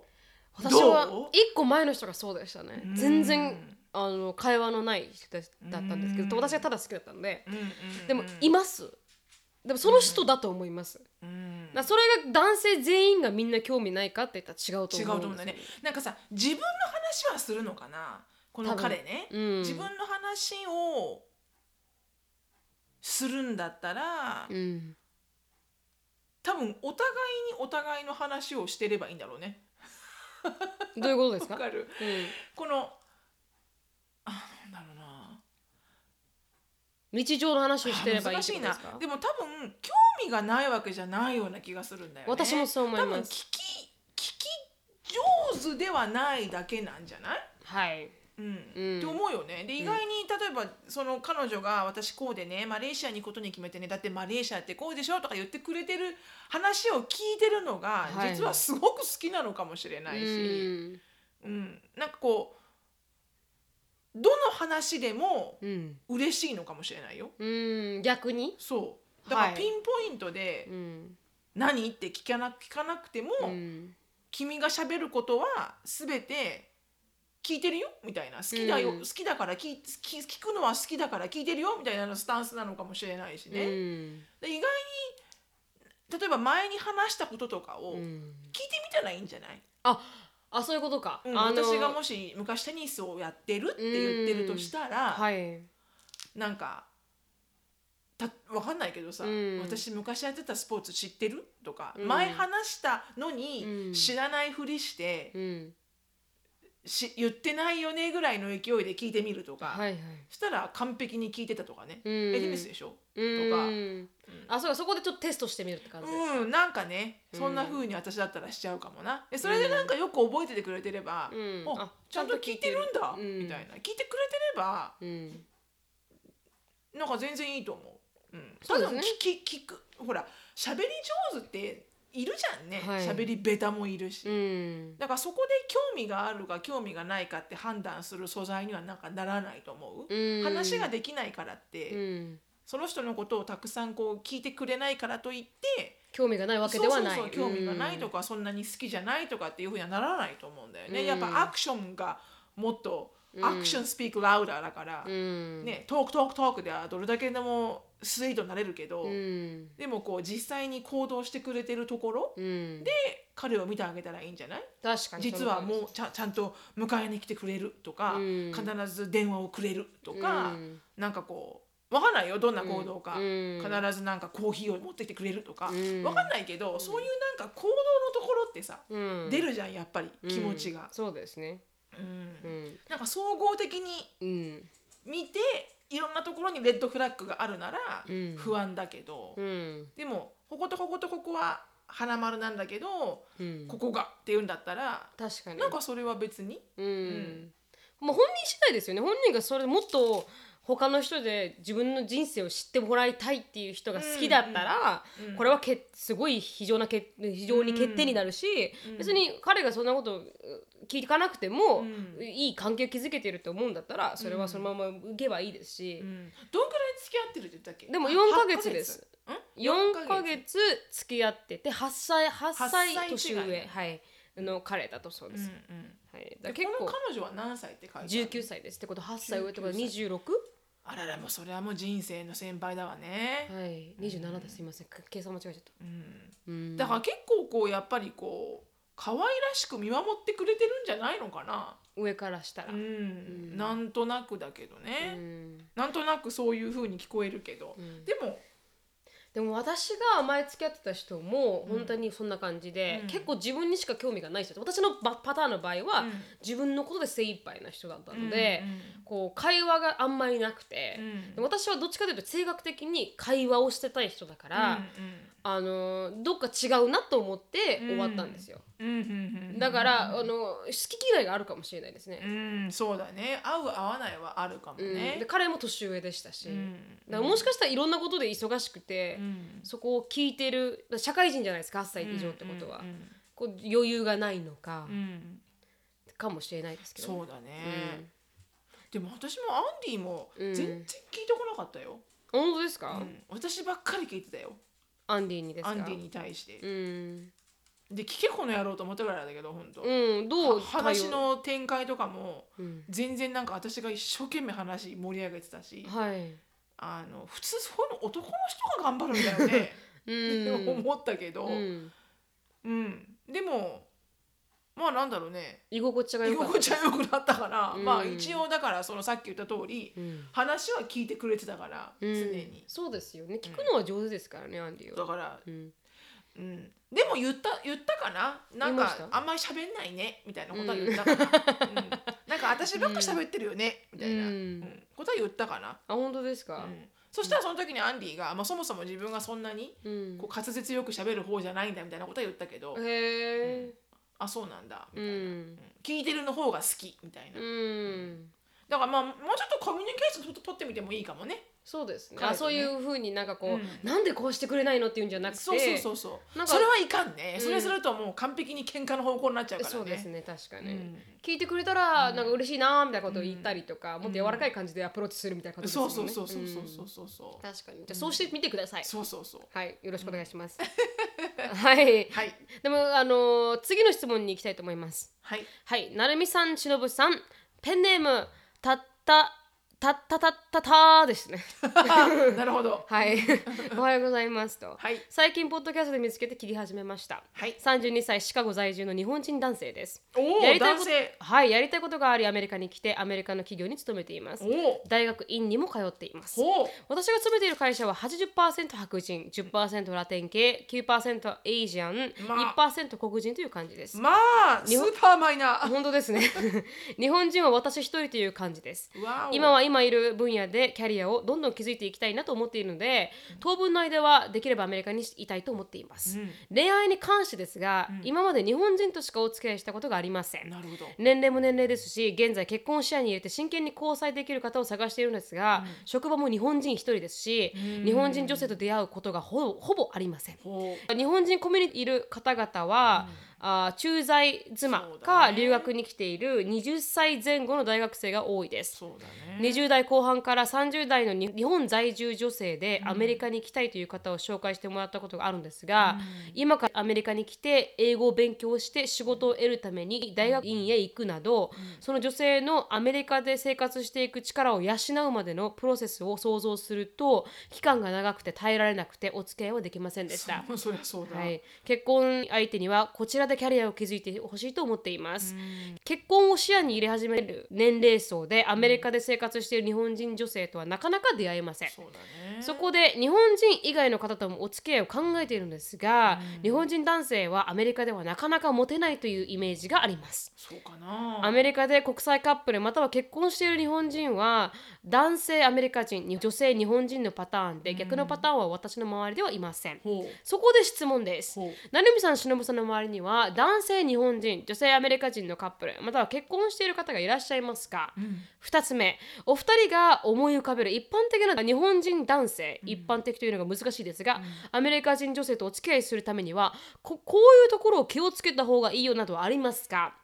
Speaker 1: 私は
Speaker 2: どう
Speaker 1: 一個前の人がそうでしたね
Speaker 2: うん
Speaker 1: 全然あの会話のない人だったんですけ
Speaker 2: うん
Speaker 1: ど私がただ好きだったんで
Speaker 2: うんうんうん
Speaker 1: でもいますでもその人だと思います
Speaker 2: うん
Speaker 1: なそれが男性全員がみんな興味ないかって言ったら違うと
Speaker 2: 違う
Speaker 1: 思う
Speaker 2: と思うんだねなんかさ自分の話はするのかなこの
Speaker 1: 多分
Speaker 2: 彼ね、
Speaker 1: うん
Speaker 2: 自分の話をするんだったら、
Speaker 1: うん
Speaker 2: 多分お互いにお互いの話をしてればいいんだろうね
Speaker 1: どういうことです
Speaker 2: わ
Speaker 1: か
Speaker 2: かる
Speaker 1: う
Speaker 2: このあなんだろうなん
Speaker 1: 日常の話をしてればいいっ
Speaker 2: 難
Speaker 1: て
Speaker 2: し
Speaker 1: こ
Speaker 2: い
Speaker 1: とで
Speaker 2: な
Speaker 1: すか
Speaker 2: でも多分興味がないわけじゃないような気がするんだよね
Speaker 1: 私もそう思い
Speaker 2: 多分
Speaker 1: ま
Speaker 2: 聞
Speaker 1: す
Speaker 2: き聞き上手ではないだけなんじゃない
Speaker 1: はい
Speaker 2: うん
Speaker 1: うん
Speaker 2: って思うよねで意外に例えばその彼女が「私こうでねマレーシアに行くことに決めてねだってマレーシアってこうでしょ」とか言ってくれてる話を聞いてるのが
Speaker 1: はい
Speaker 2: 実はすごく好きなのかもしれないし、うんなんかこうどの話でも
Speaker 1: うんうん
Speaker 2: 嬉しいのかもしれないよ。
Speaker 1: うん逆に
Speaker 2: そうだか
Speaker 1: は
Speaker 2: ら
Speaker 1: い
Speaker 2: ピンポイントで
Speaker 1: うん
Speaker 2: 「何?」って聞かな聞かなくても、
Speaker 1: うん
Speaker 2: 君が喋ることは全て聞いてるよみたいな好きだよ、
Speaker 1: うん
Speaker 2: 好きだから聞い聞聞くのは好きだから聞いてるよみたいなスタンスなのかもしれないしね、で意外に例えば前に話したこととかを
Speaker 1: う
Speaker 2: 聞いて
Speaker 1: ん
Speaker 2: みたらいいんじゃない、
Speaker 1: ああそういうことか、
Speaker 2: うん
Speaker 1: あの
Speaker 2: 私がもし昔テニスをやってるって言ってるとしたら、
Speaker 1: はい
Speaker 2: なんかたわかんないけどさ、
Speaker 1: うん
Speaker 2: 私昔やってたスポーツ知ってるとか、
Speaker 1: うん
Speaker 2: 前話したの
Speaker 1: う
Speaker 2: に
Speaker 1: ん
Speaker 2: 知らないふりして、
Speaker 1: うん
Speaker 2: し言ってないよねぐらいの勢いで聞いてみるとか、
Speaker 1: はいはい
Speaker 2: そしたら完璧に聞いてたとかね、
Speaker 1: うん
Speaker 2: エリミスでしょ、
Speaker 1: うんあそうかそこでちょっとテストしてみるって感じですか
Speaker 2: うんなんかね
Speaker 1: うん
Speaker 2: そんな風に私だったらしちゃうかもなでそれでなんかよく覚えててくれてれば、
Speaker 1: うん
Speaker 2: お
Speaker 1: あ
Speaker 2: ちゃんと聞いてるんだ、
Speaker 1: うん
Speaker 2: みたいな聞いてくれてれば
Speaker 1: うん
Speaker 2: なんか全然いいと思う、うん、
Speaker 1: そうですね
Speaker 2: ただ聞き聞くほら喋り上手っているじゃんね
Speaker 1: はい
Speaker 2: 喋、りベタもいるし、
Speaker 1: うん
Speaker 2: だからそこで興味があるか興味がないかって判断する素材にはなんかならないと思う、
Speaker 1: うん
Speaker 2: 話ができないからって、
Speaker 1: うん
Speaker 2: その人のことをたくさんこう聞いてくれないからといって
Speaker 1: 興味がないわけではない
Speaker 2: そうそうそう興味がないとか、そんなに好きじゃないとかっていうふうにはならないと思うんだよね、
Speaker 1: うん
Speaker 2: やっぱアクションがもっと
Speaker 1: うん
Speaker 2: アクションスピークラウダーだから、
Speaker 1: うん
Speaker 2: ね、トークトークトークではどれだけでもスイートになれるけど、
Speaker 1: うん
Speaker 2: でもこう実際に行動してくれてるところ
Speaker 1: うん
Speaker 2: で彼を見てあげたらいいんじゃない
Speaker 1: 確かに
Speaker 2: 実はもうちゃんちゃんと迎えに来てくれるとか、
Speaker 1: うん
Speaker 2: 必ず電話をくれると
Speaker 1: う
Speaker 2: か、
Speaker 1: ん
Speaker 2: なんかこうわかんないよどんな行動か、
Speaker 1: うん
Speaker 2: 必ずなんかコーヒーを持ってきてくれるとか、
Speaker 1: うん
Speaker 2: わかんないけど、そういうなんか行動のところってさ、
Speaker 1: うん
Speaker 2: 出るじゃんやっぱり気持ち
Speaker 1: うん
Speaker 2: が、
Speaker 1: そうですね
Speaker 2: うん
Speaker 1: うん
Speaker 2: なんか総合的に
Speaker 1: うん
Speaker 2: 見ていろんなところにレッドフラッグがあるなら
Speaker 1: うん
Speaker 2: 不安だけど、
Speaker 1: うん
Speaker 2: でもこことこことここは花丸なんだけど、
Speaker 1: うん
Speaker 2: ここがっていうんだったら
Speaker 1: 確かに
Speaker 2: なんかそれは別に、
Speaker 1: うんん、もう本人次第ですよね本人がそれもっと他の人で自分の人生を知ってもらいたいっていう人が好きだったら、これはけすごい非常なけ非常に欠点になるし、別に彼がそんなこと聞かなくても、いい関係を築けてると思うんだったらそれはそのまま受けばいいですし、
Speaker 2: うんどんくらい付き合ってるって言ったっけ
Speaker 1: でも4ヶ月です四4ヶ月付き合ってて8歳八歳年
Speaker 2: 八歳違い
Speaker 1: 上
Speaker 2: ね
Speaker 1: はいの彼だとそうです、
Speaker 2: うんうん
Speaker 1: はい、だ
Speaker 2: で
Speaker 1: から結
Speaker 2: この
Speaker 1: 構
Speaker 2: 彼女は何歳って書いてある
Speaker 1: 19歳ですってこと8歳上ってことは 26?
Speaker 2: あららもうそれはもう人生の先輩だわね、
Speaker 1: はい27だすいません計算間違えちゃった
Speaker 2: うん、
Speaker 1: うん
Speaker 2: だから結構こうやっぱりこう可愛らしく見守ってくれてるんじゃないのかな、
Speaker 1: 上からしたら、
Speaker 2: うん
Speaker 1: ん
Speaker 2: なんとなくだけどね、
Speaker 1: うん
Speaker 2: なんとなくそういう風に聞こえるけど、
Speaker 1: うん
Speaker 2: でも
Speaker 1: でも私が前付き合ってた人も本当にそんな感じで、
Speaker 2: うん
Speaker 1: 結構自分にしか興味がない人私のパパターンの場合は、
Speaker 2: うん
Speaker 1: 自分のことで精一杯な人だったので、
Speaker 2: うんうん
Speaker 1: こう会話があんまりなくて、
Speaker 2: うん
Speaker 1: で私はどっちかというと性格的に会話をしてたい人だから、あのーどっか違うなと思って終わったんですよ、
Speaker 2: うんうんうんうん
Speaker 1: だから、あのー好き嫌いがあるかもしれないですね
Speaker 2: う、んそうだね合う合わないはあるかも
Speaker 1: うん
Speaker 2: ね
Speaker 1: で、彼も年上でしたし、
Speaker 2: うん
Speaker 1: だからもしかしたらいろんなことで忙しくて、
Speaker 2: うん
Speaker 1: そこを聞いてる社会人じゃないですか8歳以上ってことは、こう余裕がないのか
Speaker 2: うん、うんうん
Speaker 1: かもしれないですけど
Speaker 2: そううだね、
Speaker 1: ん
Speaker 2: でも私もアンディも
Speaker 1: うん
Speaker 2: 全然聞いてこなかったよ、
Speaker 1: 本当です
Speaker 2: う
Speaker 1: か、
Speaker 2: ん私ばっかり聞いてたよ
Speaker 1: アンディにですか
Speaker 2: アンディに対して、
Speaker 1: うん、
Speaker 2: で聞けこの野郎と思ったぐらいだけど本当、
Speaker 1: うん、どう
Speaker 2: は話、の展開とかも
Speaker 1: 対応うん、
Speaker 2: 全然なんか私が一生懸命話盛り上げてたし
Speaker 1: はい、
Speaker 2: あの普通そういうの男の人が頑張るんだよね
Speaker 1: う
Speaker 2: って
Speaker 1: ん
Speaker 2: 思ったけど、
Speaker 1: うん、
Speaker 2: うんでもまあなんだろうね
Speaker 1: 居心地が
Speaker 2: 居
Speaker 1: 良かった
Speaker 2: 心地は良くなったから、
Speaker 1: うん
Speaker 2: まあ一応だからそのさっき言った通り
Speaker 1: うん
Speaker 2: 話は聞いてくれてたから、
Speaker 1: うん
Speaker 2: 常に
Speaker 1: そうですよね聞くのは上手ですからね、アンディ
Speaker 2: だ
Speaker 1: は、
Speaker 2: から、
Speaker 1: うん、
Speaker 2: うん、でも言った言ったかななん
Speaker 1: 言いまし
Speaker 2: か
Speaker 1: た
Speaker 2: あんまり喋んないねみたいなことは言っ たかな、うんなんか私ばっか喋ってるよね、みたいな、
Speaker 1: うん
Speaker 2: うんことは言ったかな、
Speaker 1: あ本当です
Speaker 2: う
Speaker 1: か
Speaker 2: んそしたらその時にアンディが、まあ、そもそも自分がそんなに
Speaker 1: うん、
Speaker 2: こう滑舌よく喋る方じゃないんだみたいなことは言ったけど、
Speaker 1: へえ
Speaker 2: あそうなんだみ
Speaker 1: う
Speaker 2: たいな、
Speaker 1: ん
Speaker 2: うん聞いてるの方が好きみたいな、
Speaker 1: うん
Speaker 2: だからまあもうちょっとコミュニケーションと取ってみてもいいかもね
Speaker 1: そうですね
Speaker 2: 彼とね
Speaker 1: あそういうふうになんかこう、
Speaker 2: うん
Speaker 1: なんでこうしてくれないのっていうんじゃなくて
Speaker 2: そうそうそうそ
Speaker 1: なん
Speaker 2: う
Speaker 1: か
Speaker 2: それはいかんね、
Speaker 1: うん
Speaker 2: それするともう完璧に喧嘩の方向になっちゃうからね
Speaker 1: そうですね確かに、
Speaker 2: うん
Speaker 1: 聞いてくれたらなんか嬉しいなーみたいなことを言ったりとか、もっと柔らかい感じでアプローチするみたいなことです
Speaker 2: そ
Speaker 1: もん
Speaker 2: う
Speaker 1: ね
Speaker 2: そうそうそうそ
Speaker 1: ん
Speaker 2: うそうそうそう
Speaker 1: 確かにじゃあそうしてみてください、
Speaker 2: そうそうそう
Speaker 1: はいよろしくお願いします、はい
Speaker 2: はい
Speaker 1: でもあのー次の質問に行きたいと思います
Speaker 2: はい
Speaker 1: はい、なるみさん、しのぶさん、ペンネーム、たった、たったたったたーです ね。
Speaker 2: なるほど
Speaker 1: はい、おはようございますと。
Speaker 2: はい
Speaker 1: 最近、ポッドキャストで見つけて切り始めました。
Speaker 2: はい
Speaker 1: 32歳、シカゴ在住の日本人男性です。
Speaker 2: お
Speaker 1: や
Speaker 2: お
Speaker 1: りたいこ
Speaker 2: 男
Speaker 1: と
Speaker 2: 性
Speaker 1: はい、やりたいことがあり、アメリカに来て、アメリカの企業に勤めています
Speaker 2: お。お
Speaker 1: 大学院にも通っています。
Speaker 2: ほう
Speaker 1: 私が勤めている会社は80%白人、10%ラテン系、9%エイジアン、
Speaker 2: まあ
Speaker 1: 1%黒人という感じです。
Speaker 2: まあス
Speaker 1: 日本
Speaker 2: ーパーマイナー
Speaker 1: 本当ですね。 日本人は私一人という感じです。
Speaker 2: わお
Speaker 1: 今は今いる分野でキャリアをどんどん築いていきたいなと思っているので当分の間はできればアメリカにいたいと思っています、
Speaker 2: う
Speaker 1: 恋愛に関してですが、
Speaker 2: うん
Speaker 1: 今まで日本人としかお付き合いしたことがありませ
Speaker 2: ん
Speaker 1: ん
Speaker 2: なるほど
Speaker 1: 年齢も年齢ですし現在結婚を視野に入れて真剣に交際できる方を探しているんですが、職場も日本人一人ですし、
Speaker 2: うん
Speaker 1: 日本人女性と出会うことがほぼほぼありません
Speaker 2: ほ
Speaker 1: 日本人コミュニティにいる方々は、あー駐在妻
Speaker 2: そうだ
Speaker 1: か
Speaker 2: ね
Speaker 1: 留学に来ている20歳前後の大学生が多いです
Speaker 2: うそうだね
Speaker 1: 20代後半から30代のに日本在住女性でアメリカに来たいという方を紹介してもらったことがあるんですが、今からアメリカに来て英語を勉強して仕事を得るために大学院へ行くなど、その女性のアメリカで生活していく力を養うまでのプロセスを想像すると期間が長くて耐えられなくてお付き合いはできませんでした。
Speaker 2: そうそりゃそうだ
Speaker 1: はい、結婚相手にはこちらでキャリアを築いてほしいと思っています
Speaker 2: う、ん
Speaker 1: 結婚を視野に入れ始める年齢層でアメリカで生活している日本人女性とはなかなか出会えません。
Speaker 2: そうだね
Speaker 1: そこで日本人以外の方ともお付き合いを考えているんですが、日本人男性はアメリカではなかなかモテないというイメージがあります。
Speaker 2: そうかな
Speaker 1: アメリカで国際カップルまたは結婚している日本人は男性アメリカ人女性日本人のパターンで逆のパターンは私の周りではいません。
Speaker 2: ほう
Speaker 1: そこで質問です。
Speaker 2: ほう
Speaker 1: なるみさん、しのぶさんの周りには男性日本人女性アメリカ人のカップルまたは結婚している方がいらっしゃいますか、2つ目お二人が思い浮かべる一般的な日本人男性、一般的というのが難しいですが、アメリカ人女性とお付き合いするためにはここういうところを気をつけた方がいいよなどはありますか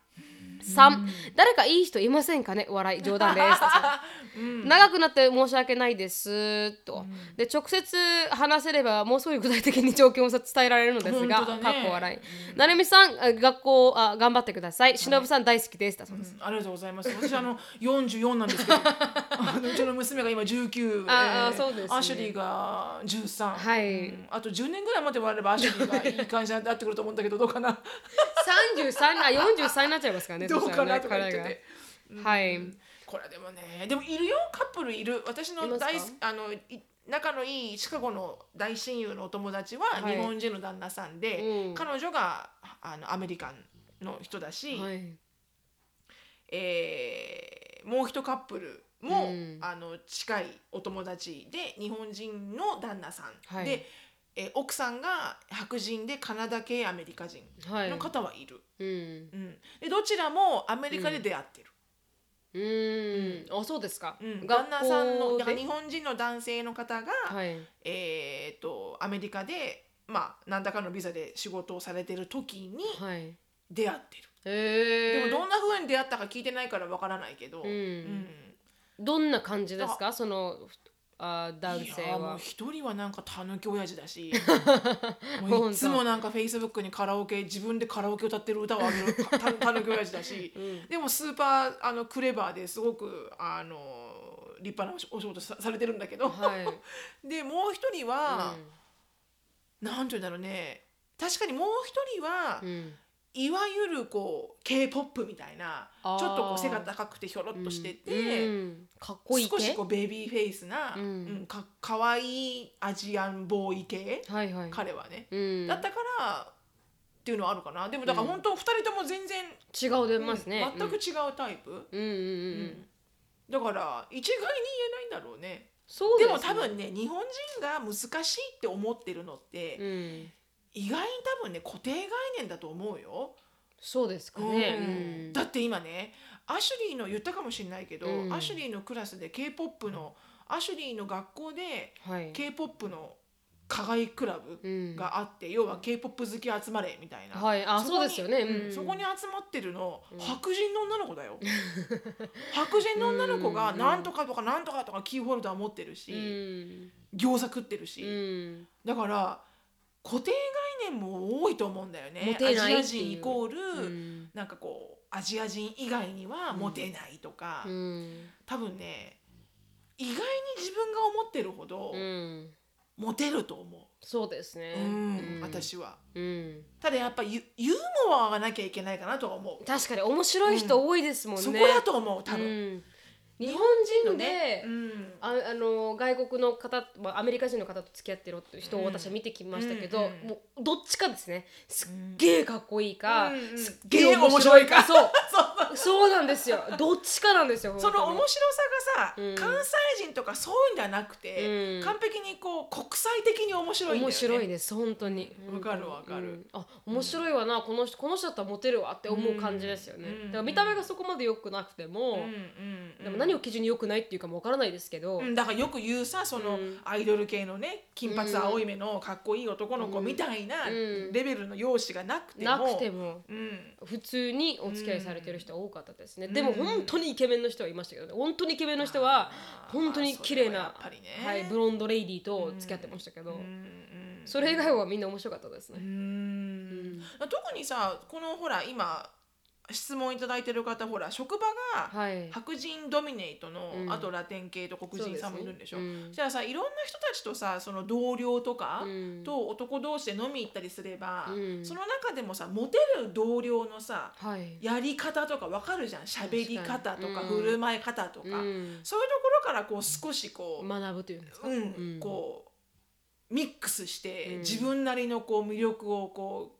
Speaker 1: 3誰かいい人いませんかね笑い冗談です 長くなって申し訳ないですと、で直接話せればもうすごい具体的に状況をさ伝えられるのですが、
Speaker 2: 本当だね
Speaker 1: かっこ笑い、なるみさんあ学校あ頑張ってくださいしのぶさん大好きですだそうです、
Speaker 2: ありがとうござい ます。私あの44なんですけど、 あのうちの娘が今19で、
Speaker 1: ああそうですね
Speaker 2: アシュリーが13、
Speaker 1: はい
Speaker 2: うんあと10年ぐらい待てばあればアシュリーがいい感じになってくると思うんだけどどうかな、
Speaker 1: 33あ43になっちゃいますからね
Speaker 2: どうかな
Speaker 1: そ
Speaker 2: と
Speaker 1: し
Speaker 2: か
Speaker 1: た
Speaker 2: 言
Speaker 1: らね
Speaker 2: ってて。
Speaker 1: 彼がはい、
Speaker 2: これでもね、でもいるよカップルいる。私
Speaker 1: いま
Speaker 2: の
Speaker 1: すか
Speaker 2: 大好きあのい仲のいいシカゴの大親友のお友達は
Speaker 1: はい
Speaker 2: 日本人の旦那さんで、
Speaker 1: うん
Speaker 2: 彼女があのアメリカンの人だし、
Speaker 1: はい、
Speaker 2: えーもう一カップルも、
Speaker 1: うん
Speaker 2: あの近いお友達で日本人の旦那さん、
Speaker 1: はい
Speaker 2: で、えー奥さんが白人でカナダ系アメリカ人
Speaker 1: はい、
Speaker 2: の方はいる、
Speaker 1: うん
Speaker 2: うん、でどちらもアメリカで出会ってる、
Speaker 1: うーんあそうですか、
Speaker 2: うん
Speaker 1: 学校
Speaker 2: 旦那さんの
Speaker 1: で
Speaker 2: だから日本人の男性の方が、
Speaker 1: はい
Speaker 2: えーっとアメリカで、まあ、何らかのビザで仕事をされてる時に
Speaker 1: はい
Speaker 2: 出会ってる。
Speaker 1: えー、
Speaker 2: でもどんな風に出会ったか聞いてないからわからないけど、
Speaker 1: うん
Speaker 2: うん
Speaker 1: どんな感じですかそのあ男
Speaker 2: い
Speaker 1: 性
Speaker 2: やもう
Speaker 1: は。
Speaker 2: 一人はなんかたぬき親父だし
Speaker 1: 本
Speaker 2: も
Speaker 1: 当
Speaker 2: ういつもなんかフェイスブックにカラオケ自分でカラオケ歌ってる歌をあげるた たぬき親父だし、でもスーパーあのクレバーですごくあの立派なお仕お仕事さされてるんだけど、
Speaker 1: はい、
Speaker 2: でもう一人は、なんて言うんだろうね確かにもう一人は、
Speaker 1: うんうん
Speaker 2: いわゆるこう k p o p みたいなちょ
Speaker 1: あー
Speaker 2: っとこう背が高くてひょろっとしてて。
Speaker 1: うんかっこいい系
Speaker 2: 少しこうベビーフェイスな、
Speaker 1: う
Speaker 2: うんんかかわいいアジアンボーイ系、
Speaker 1: はいはい、
Speaker 2: 彼はね、
Speaker 1: うん、
Speaker 2: だったからっていうのはあるかなでもだから本当二人とも全然、
Speaker 1: 違う出ますね、
Speaker 2: うん全く違うタイプ、
Speaker 1: うんうんうんう
Speaker 2: うんんだから一概に言えないんだろうね
Speaker 1: そう
Speaker 2: です
Speaker 1: ね
Speaker 2: も多分ね日本人が難しいって思ってるのって、
Speaker 1: うん
Speaker 2: 意外に多分ね固定概念だと思うよ、
Speaker 1: そうですかね、
Speaker 2: うん
Speaker 1: うん
Speaker 2: だって今ねアシュリーの言ったかもしれないけど、
Speaker 1: うん
Speaker 2: アシュリーのクラスで k p o p のアシュリーの学校で
Speaker 1: はい
Speaker 2: k p o p の課外クラブ
Speaker 1: うん
Speaker 2: があって、要は k p o p 好き集まれみたいな、
Speaker 1: はいあ
Speaker 2: こ
Speaker 1: そう
Speaker 2: に
Speaker 1: ですよね、
Speaker 2: うん
Speaker 1: うん、
Speaker 2: そこに集まってるの、
Speaker 1: うん
Speaker 2: 白人の女の子 だよ白人の女の子が
Speaker 1: うん
Speaker 2: なんとかとかなんとかとかキーホルダー持ってる
Speaker 1: う
Speaker 2: し、
Speaker 1: ん、
Speaker 2: 餃子食ってるし、
Speaker 1: うん
Speaker 2: だから固定概念も多いと思うんだよ
Speaker 1: モ
Speaker 2: ね
Speaker 1: テないっていう
Speaker 2: アジア人イコール、
Speaker 1: うん
Speaker 2: なんかこうアジア人以外にはモテないとか、
Speaker 1: うん
Speaker 2: 多分ね意外に自分が思ってるほど、
Speaker 1: うん、
Speaker 2: モテると思う。
Speaker 1: そうですね、
Speaker 2: うん、
Speaker 1: 私
Speaker 2: 私は
Speaker 1: うん、
Speaker 2: ただやっぱゆユーモアがなきゃいけないかなとは思う、
Speaker 1: 確かに面白い人多いですもんね、
Speaker 2: そこだと思う多分、
Speaker 1: うん、日本人で、
Speaker 2: うん
Speaker 1: ああの外国の方、まあ、アメリカ人の方と付き合ってる人
Speaker 2: う
Speaker 1: を
Speaker 2: ん
Speaker 1: 私は見てきましたけど、
Speaker 2: うんうん
Speaker 1: もうどっちかですねすっげえかっこいいか、
Speaker 2: うんうん
Speaker 1: すっ
Speaker 2: すっげー面白いか
Speaker 1: そう そうなんですよどっちかなんですよ
Speaker 2: その面白
Speaker 1: い、
Speaker 2: さがさ、
Speaker 1: うん
Speaker 2: 関西人とかそういうんじゃなくて、
Speaker 1: うん
Speaker 2: 完璧にこう国際的に面白いんだよね
Speaker 1: 面白いです本当に
Speaker 2: わかるわかる
Speaker 1: うんあ面白いわなこの人この人だったらモテるわって思う感じですよね、
Speaker 2: うん
Speaker 1: だから見た目がそこまで良くなくて
Speaker 2: うん
Speaker 1: も、
Speaker 2: うんうん
Speaker 1: でも何を基準に良くないっていうかもわからないですけど、
Speaker 2: うんだからよく言うさその
Speaker 1: うん
Speaker 2: アイドル系のね金髪青い目のかっこいい男の子みたいな
Speaker 1: うん
Speaker 2: レベルの容姿がなくても
Speaker 1: なくても
Speaker 2: うん
Speaker 1: 普通にお付き合いされてる人は多かったですね、
Speaker 2: うん
Speaker 1: でも本当にイケメンの人はいましたけど、ね、本当にイケメンの人は本当に綺麗な
Speaker 2: あーそれはやっぱりね
Speaker 1: はい、ブロンドレイディーと付き合ってましたけど、それ以外はみんな面白かったです
Speaker 2: う
Speaker 1: ね、
Speaker 2: ん特にさこのほら今質問いただいてる方ほら職場が
Speaker 1: はい
Speaker 2: 白人ドミネイトの、
Speaker 1: うん
Speaker 2: あとラテン系と黒人さんもいるんでしょ
Speaker 1: う
Speaker 2: そ
Speaker 1: ん
Speaker 2: したらさいろんな人たちとさその同僚とか、
Speaker 1: うん
Speaker 2: と男同士で飲み行ったりすれば、
Speaker 1: うん
Speaker 2: その中でもさモテる同僚のさ
Speaker 1: はい
Speaker 2: やり方とかわかるじゃん喋り方と
Speaker 1: 確か
Speaker 2: か
Speaker 1: にうん
Speaker 2: 振る舞い方とか、
Speaker 1: うん
Speaker 2: そういうところからこう少しこう、
Speaker 1: 学ぶというんですか、
Speaker 2: うん
Speaker 1: うん
Speaker 2: こうミックスして、
Speaker 1: うん
Speaker 2: 自分なりのこう魅力をこう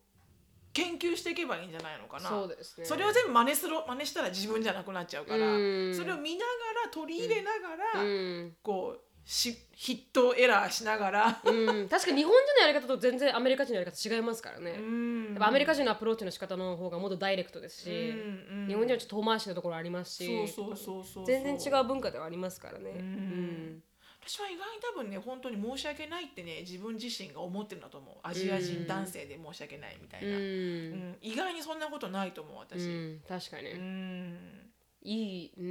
Speaker 2: 研究していけばいいんじゃないのかな
Speaker 1: そうですね
Speaker 2: それを全部真似する真似したら自分じゃなくなっちゃうから、
Speaker 1: うん
Speaker 2: それを見ながら取り入れながら、
Speaker 1: うん
Speaker 2: こうしヒットエラーしながら、
Speaker 1: うん、確かに日本人のやり方と全然アメリカ人のやり方違いますからね、
Speaker 2: うん
Speaker 1: やっぱアメリカ人のアプローチの仕方の方がもっとダイレクトですし、
Speaker 2: うんうん
Speaker 1: 日本人はちょっと遠回しのところありますし
Speaker 2: そうそうそうそう
Speaker 1: 全然違う
Speaker 2: う
Speaker 1: 文化ではありますからね、うん
Speaker 2: 私は意外に多分ね本当に申し訳ないってね自分自身が思ってるんだと思うアジア人男性で申し訳ないみたいな、うん意外にそんなことないと思う
Speaker 1: う
Speaker 2: 私、
Speaker 1: ん、確かに、
Speaker 2: うん
Speaker 1: いいう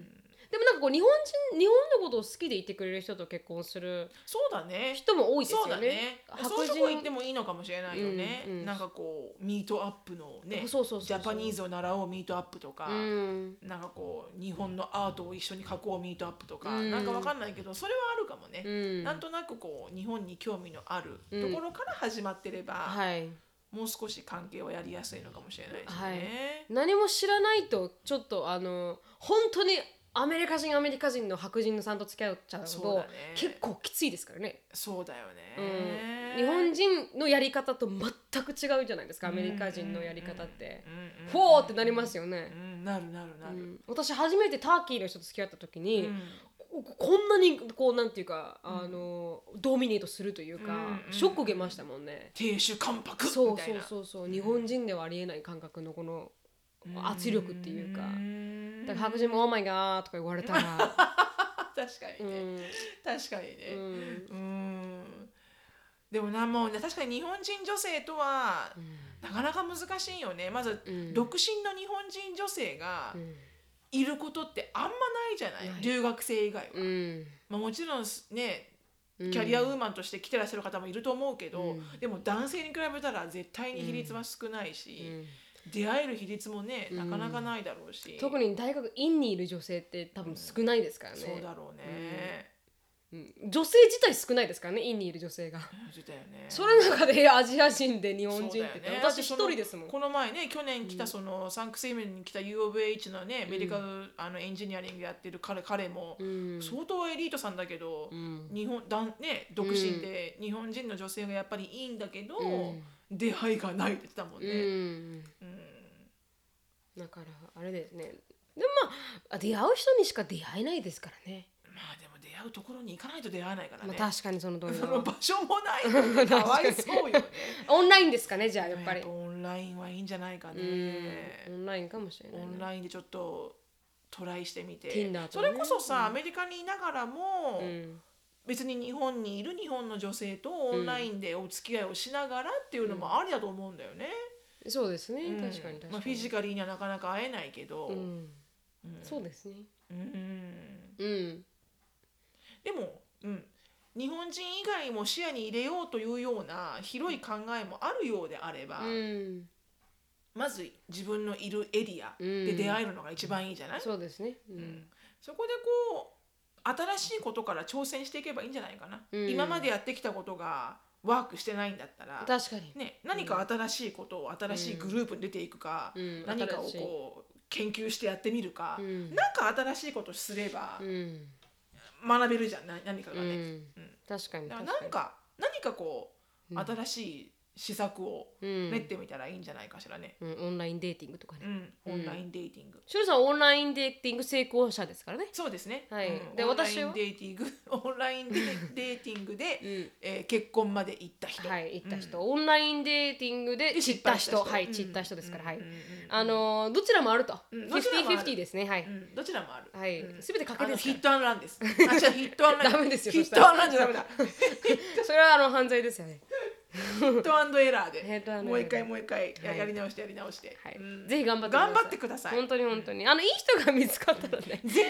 Speaker 1: んでもなんかこう日本人日本のことを好きでいてくれる人と結婚する
Speaker 2: そうだね
Speaker 1: 人も多いです
Speaker 2: そう
Speaker 1: よ
Speaker 2: だ
Speaker 1: ね
Speaker 2: ね。
Speaker 1: 白
Speaker 2: そういうと
Speaker 1: 人
Speaker 2: こ行ってもいいのかもしれないよね。
Speaker 1: うんうん
Speaker 2: なんかこうミートアップのね、
Speaker 1: そうそうそうそう
Speaker 2: ジャパニーズを習おうミートアップとか、
Speaker 1: うん
Speaker 2: なんかこう日本のアートを一緒に描こうミートアップとか、
Speaker 1: うん
Speaker 2: なんかわかんないけどそれはあるかもね。
Speaker 1: うん
Speaker 2: なんとなくこう日本に興味のあるところから始まってれば、
Speaker 1: はい
Speaker 2: もう少し関係はやりやすいのかもしれないしね。
Speaker 1: はい何も知らないとちょっとあの本当にアメリカ人アメリカ人の白人のさんと付き合っちゃう
Speaker 2: そう
Speaker 1: と
Speaker 2: だね
Speaker 1: 結構きついですからね、
Speaker 2: そうだよね。
Speaker 1: うん、日本人のやり方と全く違うじゃないですかアメリカ人のやり方って
Speaker 2: うんうん
Speaker 1: フォーってなりますよね
Speaker 2: う、んなるなるな
Speaker 1: う
Speaker 2: る。
Speaker 1: ん、私初めてターキーの人と付き合った時
Speaker 2: う
Speaker 1: に、
Speaker 2: ん
Speaker 1: ここんなにこうなんていうか、あのドミネートするというか、
Speaker 2: うん
Speaker 1: ショック受けましたもんね。
Speaker 2: 亭主関白
Speaker 1: そ
Speaker 2: み
Speaker 1: う
Speaker 2: た
Speaker 1: そ
Speaker 2: いうな。
Speaker 1: そうそう日本人ではありえない感覚のこの圧力っていうか
Speaker 2: ん
Speaker 1: だから白人も「オーマイガー」とか言われたら、
Speaker 2: 確か
Speaker 1: う
Speaker 2: にね、
Speaker 1: ん
Speaker 2: 確かにね
Speaker 1: う
Speaker 2: うん
Speaker 1: ん
Speaker 2: ーんでもなもうね確かに日本人女性とはなかなか難しいよねまず、
Speaker 1: うん
Speaker 2: 独身の日本人女性が
Speaker 1: うん
Speaker 2: いることってあんまないじゃない、
Speaker 1: ない
Speaker 2: 留学生以外は、
Speaker 1: うん
Speaker 2: まあ、もちろんね
Speaker 1: うん
Speaker 2: キャリアウーマンとして来てらっしゃる方もいると思うけど、
Speaker 1: うん
Speaker 2: でも男性に比べたら絶対に比率は少ないし、出会える比率もねなかなかないだろうし、
Speaker 1: 特に大学院にいる女性って多分少ないですからね
Speaker 2: そうだろうね、
Speaker 1: うん女性自体少ないですからね院にいる女性が。
Speaker 2: そうだよね
Speaker 1: それの中でアジア人で日本人って、
Speaker 2: そうだよね
Speaker 1: 私一人ですもん。
Speaker 2: この前ね去年来たその、サンクスイメンに来た U of H のねメディカル、あのエンジニアリングやってる彼彼も、
Speaker 1: うん
Speaker 2: 相当エリートさんだけど、
Speaker 1: うん
Speaker 2: 日本だんね独身で日本人の女性がやっぱりいいんだけど、
Speaker 1: うん
Speaker 2: 出会いがないって言ってたもん
Speaker 1: う
Speaker 2: ね。
Speaker 1: ん
Speaker 2: うん
Speaker 1: だからあれですねでもまあ出会う人にしか出会えないですからね
Speaker 2: まあでも出会うところに行かないと出会わないから
Speaker 1: ま
Speaker 2: ね。
Speaker 1: あ、確かにその通り
Speaker 2: そ
Speaker 1: だ
Speaker 2: の
Speaker 1: わ
Speaker 2: 場所 もないかわいそうよね。
Speaker 1: オンラインですかねじゃあやっぱ
Speaker 2: やっ
Speaker 1: り
Speaker 2: ぱオンラインはいいんじゃないか
Speaker 1: うん
Speaker 2: ね。
Speaker 1: オンラインかもしれな
Speaker 2: オ
Speaker 1: い
Speaker 2: ン
Speaker 1: な
Speaker 2: ラインでちょっとトライしてみて、
Speaker 1: Tinder と
Speaker 2: そ
Speaker 1: かね
Speaker 2: れこそさ、アメリカにいながらも、
Speaker 1: うん
Speaker 2: 別に日本にいる日本の女性とオンラインでお付き合いをしながらっていうのもありだと思うんだよね、
Speaker 1: そうですね
Speaker 2: うん
Speaker 1: 確かに確かに
Speaker 2: まあ、フィジカリーにはなかなか会えないけど、
Speaker 1: うん
Speaker 2: うん
Speaker 1: そうですね
Speaker 2: うん
Speaker 1: うん
Speaker 2: でも、うん、日本人以外も視野に入れようというような広い考えもあるようであれば、
Speaker 1: うん
Speaker 2: まず自分のいるエリアで出会えるのが一番いいじゃない、
Speaker 1: そうですねう
Speaker 2: うんんそこでこう新しいことから挑戦していけばいいんじゃないかな、
Speaker 1: うん
Speaker 2: 今までやってきたことがワークしてないんだったら
Speaker 1: 確かに
Speaker 2: ね、何か新しいことを新しいグループに出ていくか、
Speaker 1: うん
Speaker 2: 何かを
Speaker 1: 新しい
Speaker 2: こう研究してやってみるか、
Speaker 1: うん
Speaker 2: なんか新しいことすれば
Speaker 1: うん
Speaker 2: 学べるじゃんな何か
Speaker 1: う
Speaker 2: がね、
Speaker 1: ん
Speaker 2: うん
Speaker 1: 確かに
Speaker 2: だか
Speaker 1: 確
Speaker 2: ら
Speaker 1: か
Speaker 2: なん
Speaker 1: に
Speaker 2: か何かこう、
Speaker 1: うん
Speaker 2: 新しい施策を
Speaker 1: うん
Speaker 2: 練ってみたらいいんじゃないかしらね、
Speaker 1: うんオンラインデーティングとか
Speaker 2: う
Speaker 1: ね
Speaker 2: ん
Speaker 1: うん
Speaker 2: オンラインデーティング、
Speaker 1: シュルさんはオンラインデーティング成功者ですからね
Speaker 2: そうですね、
Speaker 1: はい
Speaker 2: うん
Speaker 1: で
Speaker 2: オンラ
Speaker 1: 私
Speaker 2: イ
Speaker 1: は
Speaker 2: ンデーティング オンラインデーデーティングで、
Speaker 1: うん
Speaker 2: えー結婚まで行った人、
Speaker 1: はい、行った人、
Speaker 2: うん
Speaker 1: オンラインデーティングで
Speaker 2: で
Speaker 1: 散
Speaker 2: 失
Speaker 1: った
Speaker 2: 敗し
Speaker 1: 人、は
Speaker 2: う
Speaker 1: い、
Speaker 2: ん
Speaker 1: 散った人ですから、は
Speaker 2: う
Speaker 1: い
Speaker 2: んう。んうんうん
Speaker 1: あのーどちらもあると、
Speaker 2: う
Speaker 1: フ
Speaker 2: ん
Speaker 1: ィ
Speaker 2: ど
Speaker 1: フ
Speaker 2: ち
Speaker 1: テ
Speaker 2: ら
Speaker 1: ィ
Speaker 2: も
Speaker 1: フィ
Speaker 2: ある
Speaker 1: フティですね、はい。
Speaker 2: うんどちらもある。
Speaker 1: はい
Speaker 2: うん
Speaker 1: 全て賭け
Speaker 2: あ
Speaker 1: で
Speaker 2: の
Speaker 1: すから
Speaker 2: ヒットアンランです。あ、じゃあヒットアンラ ン。
Speaker 1: ダメですよ
Speaker 2: ヒッ
Speaker 1: そしたら
Speaker 2: トアンランじゃダメだ。
Speaker 1: それはあの犯罪ですよね。
Speaker 2: ヒットアンドエラー
Speaker 1: ヒットア
Speaker 2: で。
Speaker 1: ンドエラー
Speaker 2: もう一回もう一回や,、
Speaker 1: はい
Speaker 2: やり直してやり直して。
Speaker 1: はい、
Speaker 2: うん
Speaker 1: ぜひ頑張って
Speaker 2: 頑張ってください。
Speaker 1: 本当に本当に、あのいい人が見つかったらね。
Speaker 2: 絶対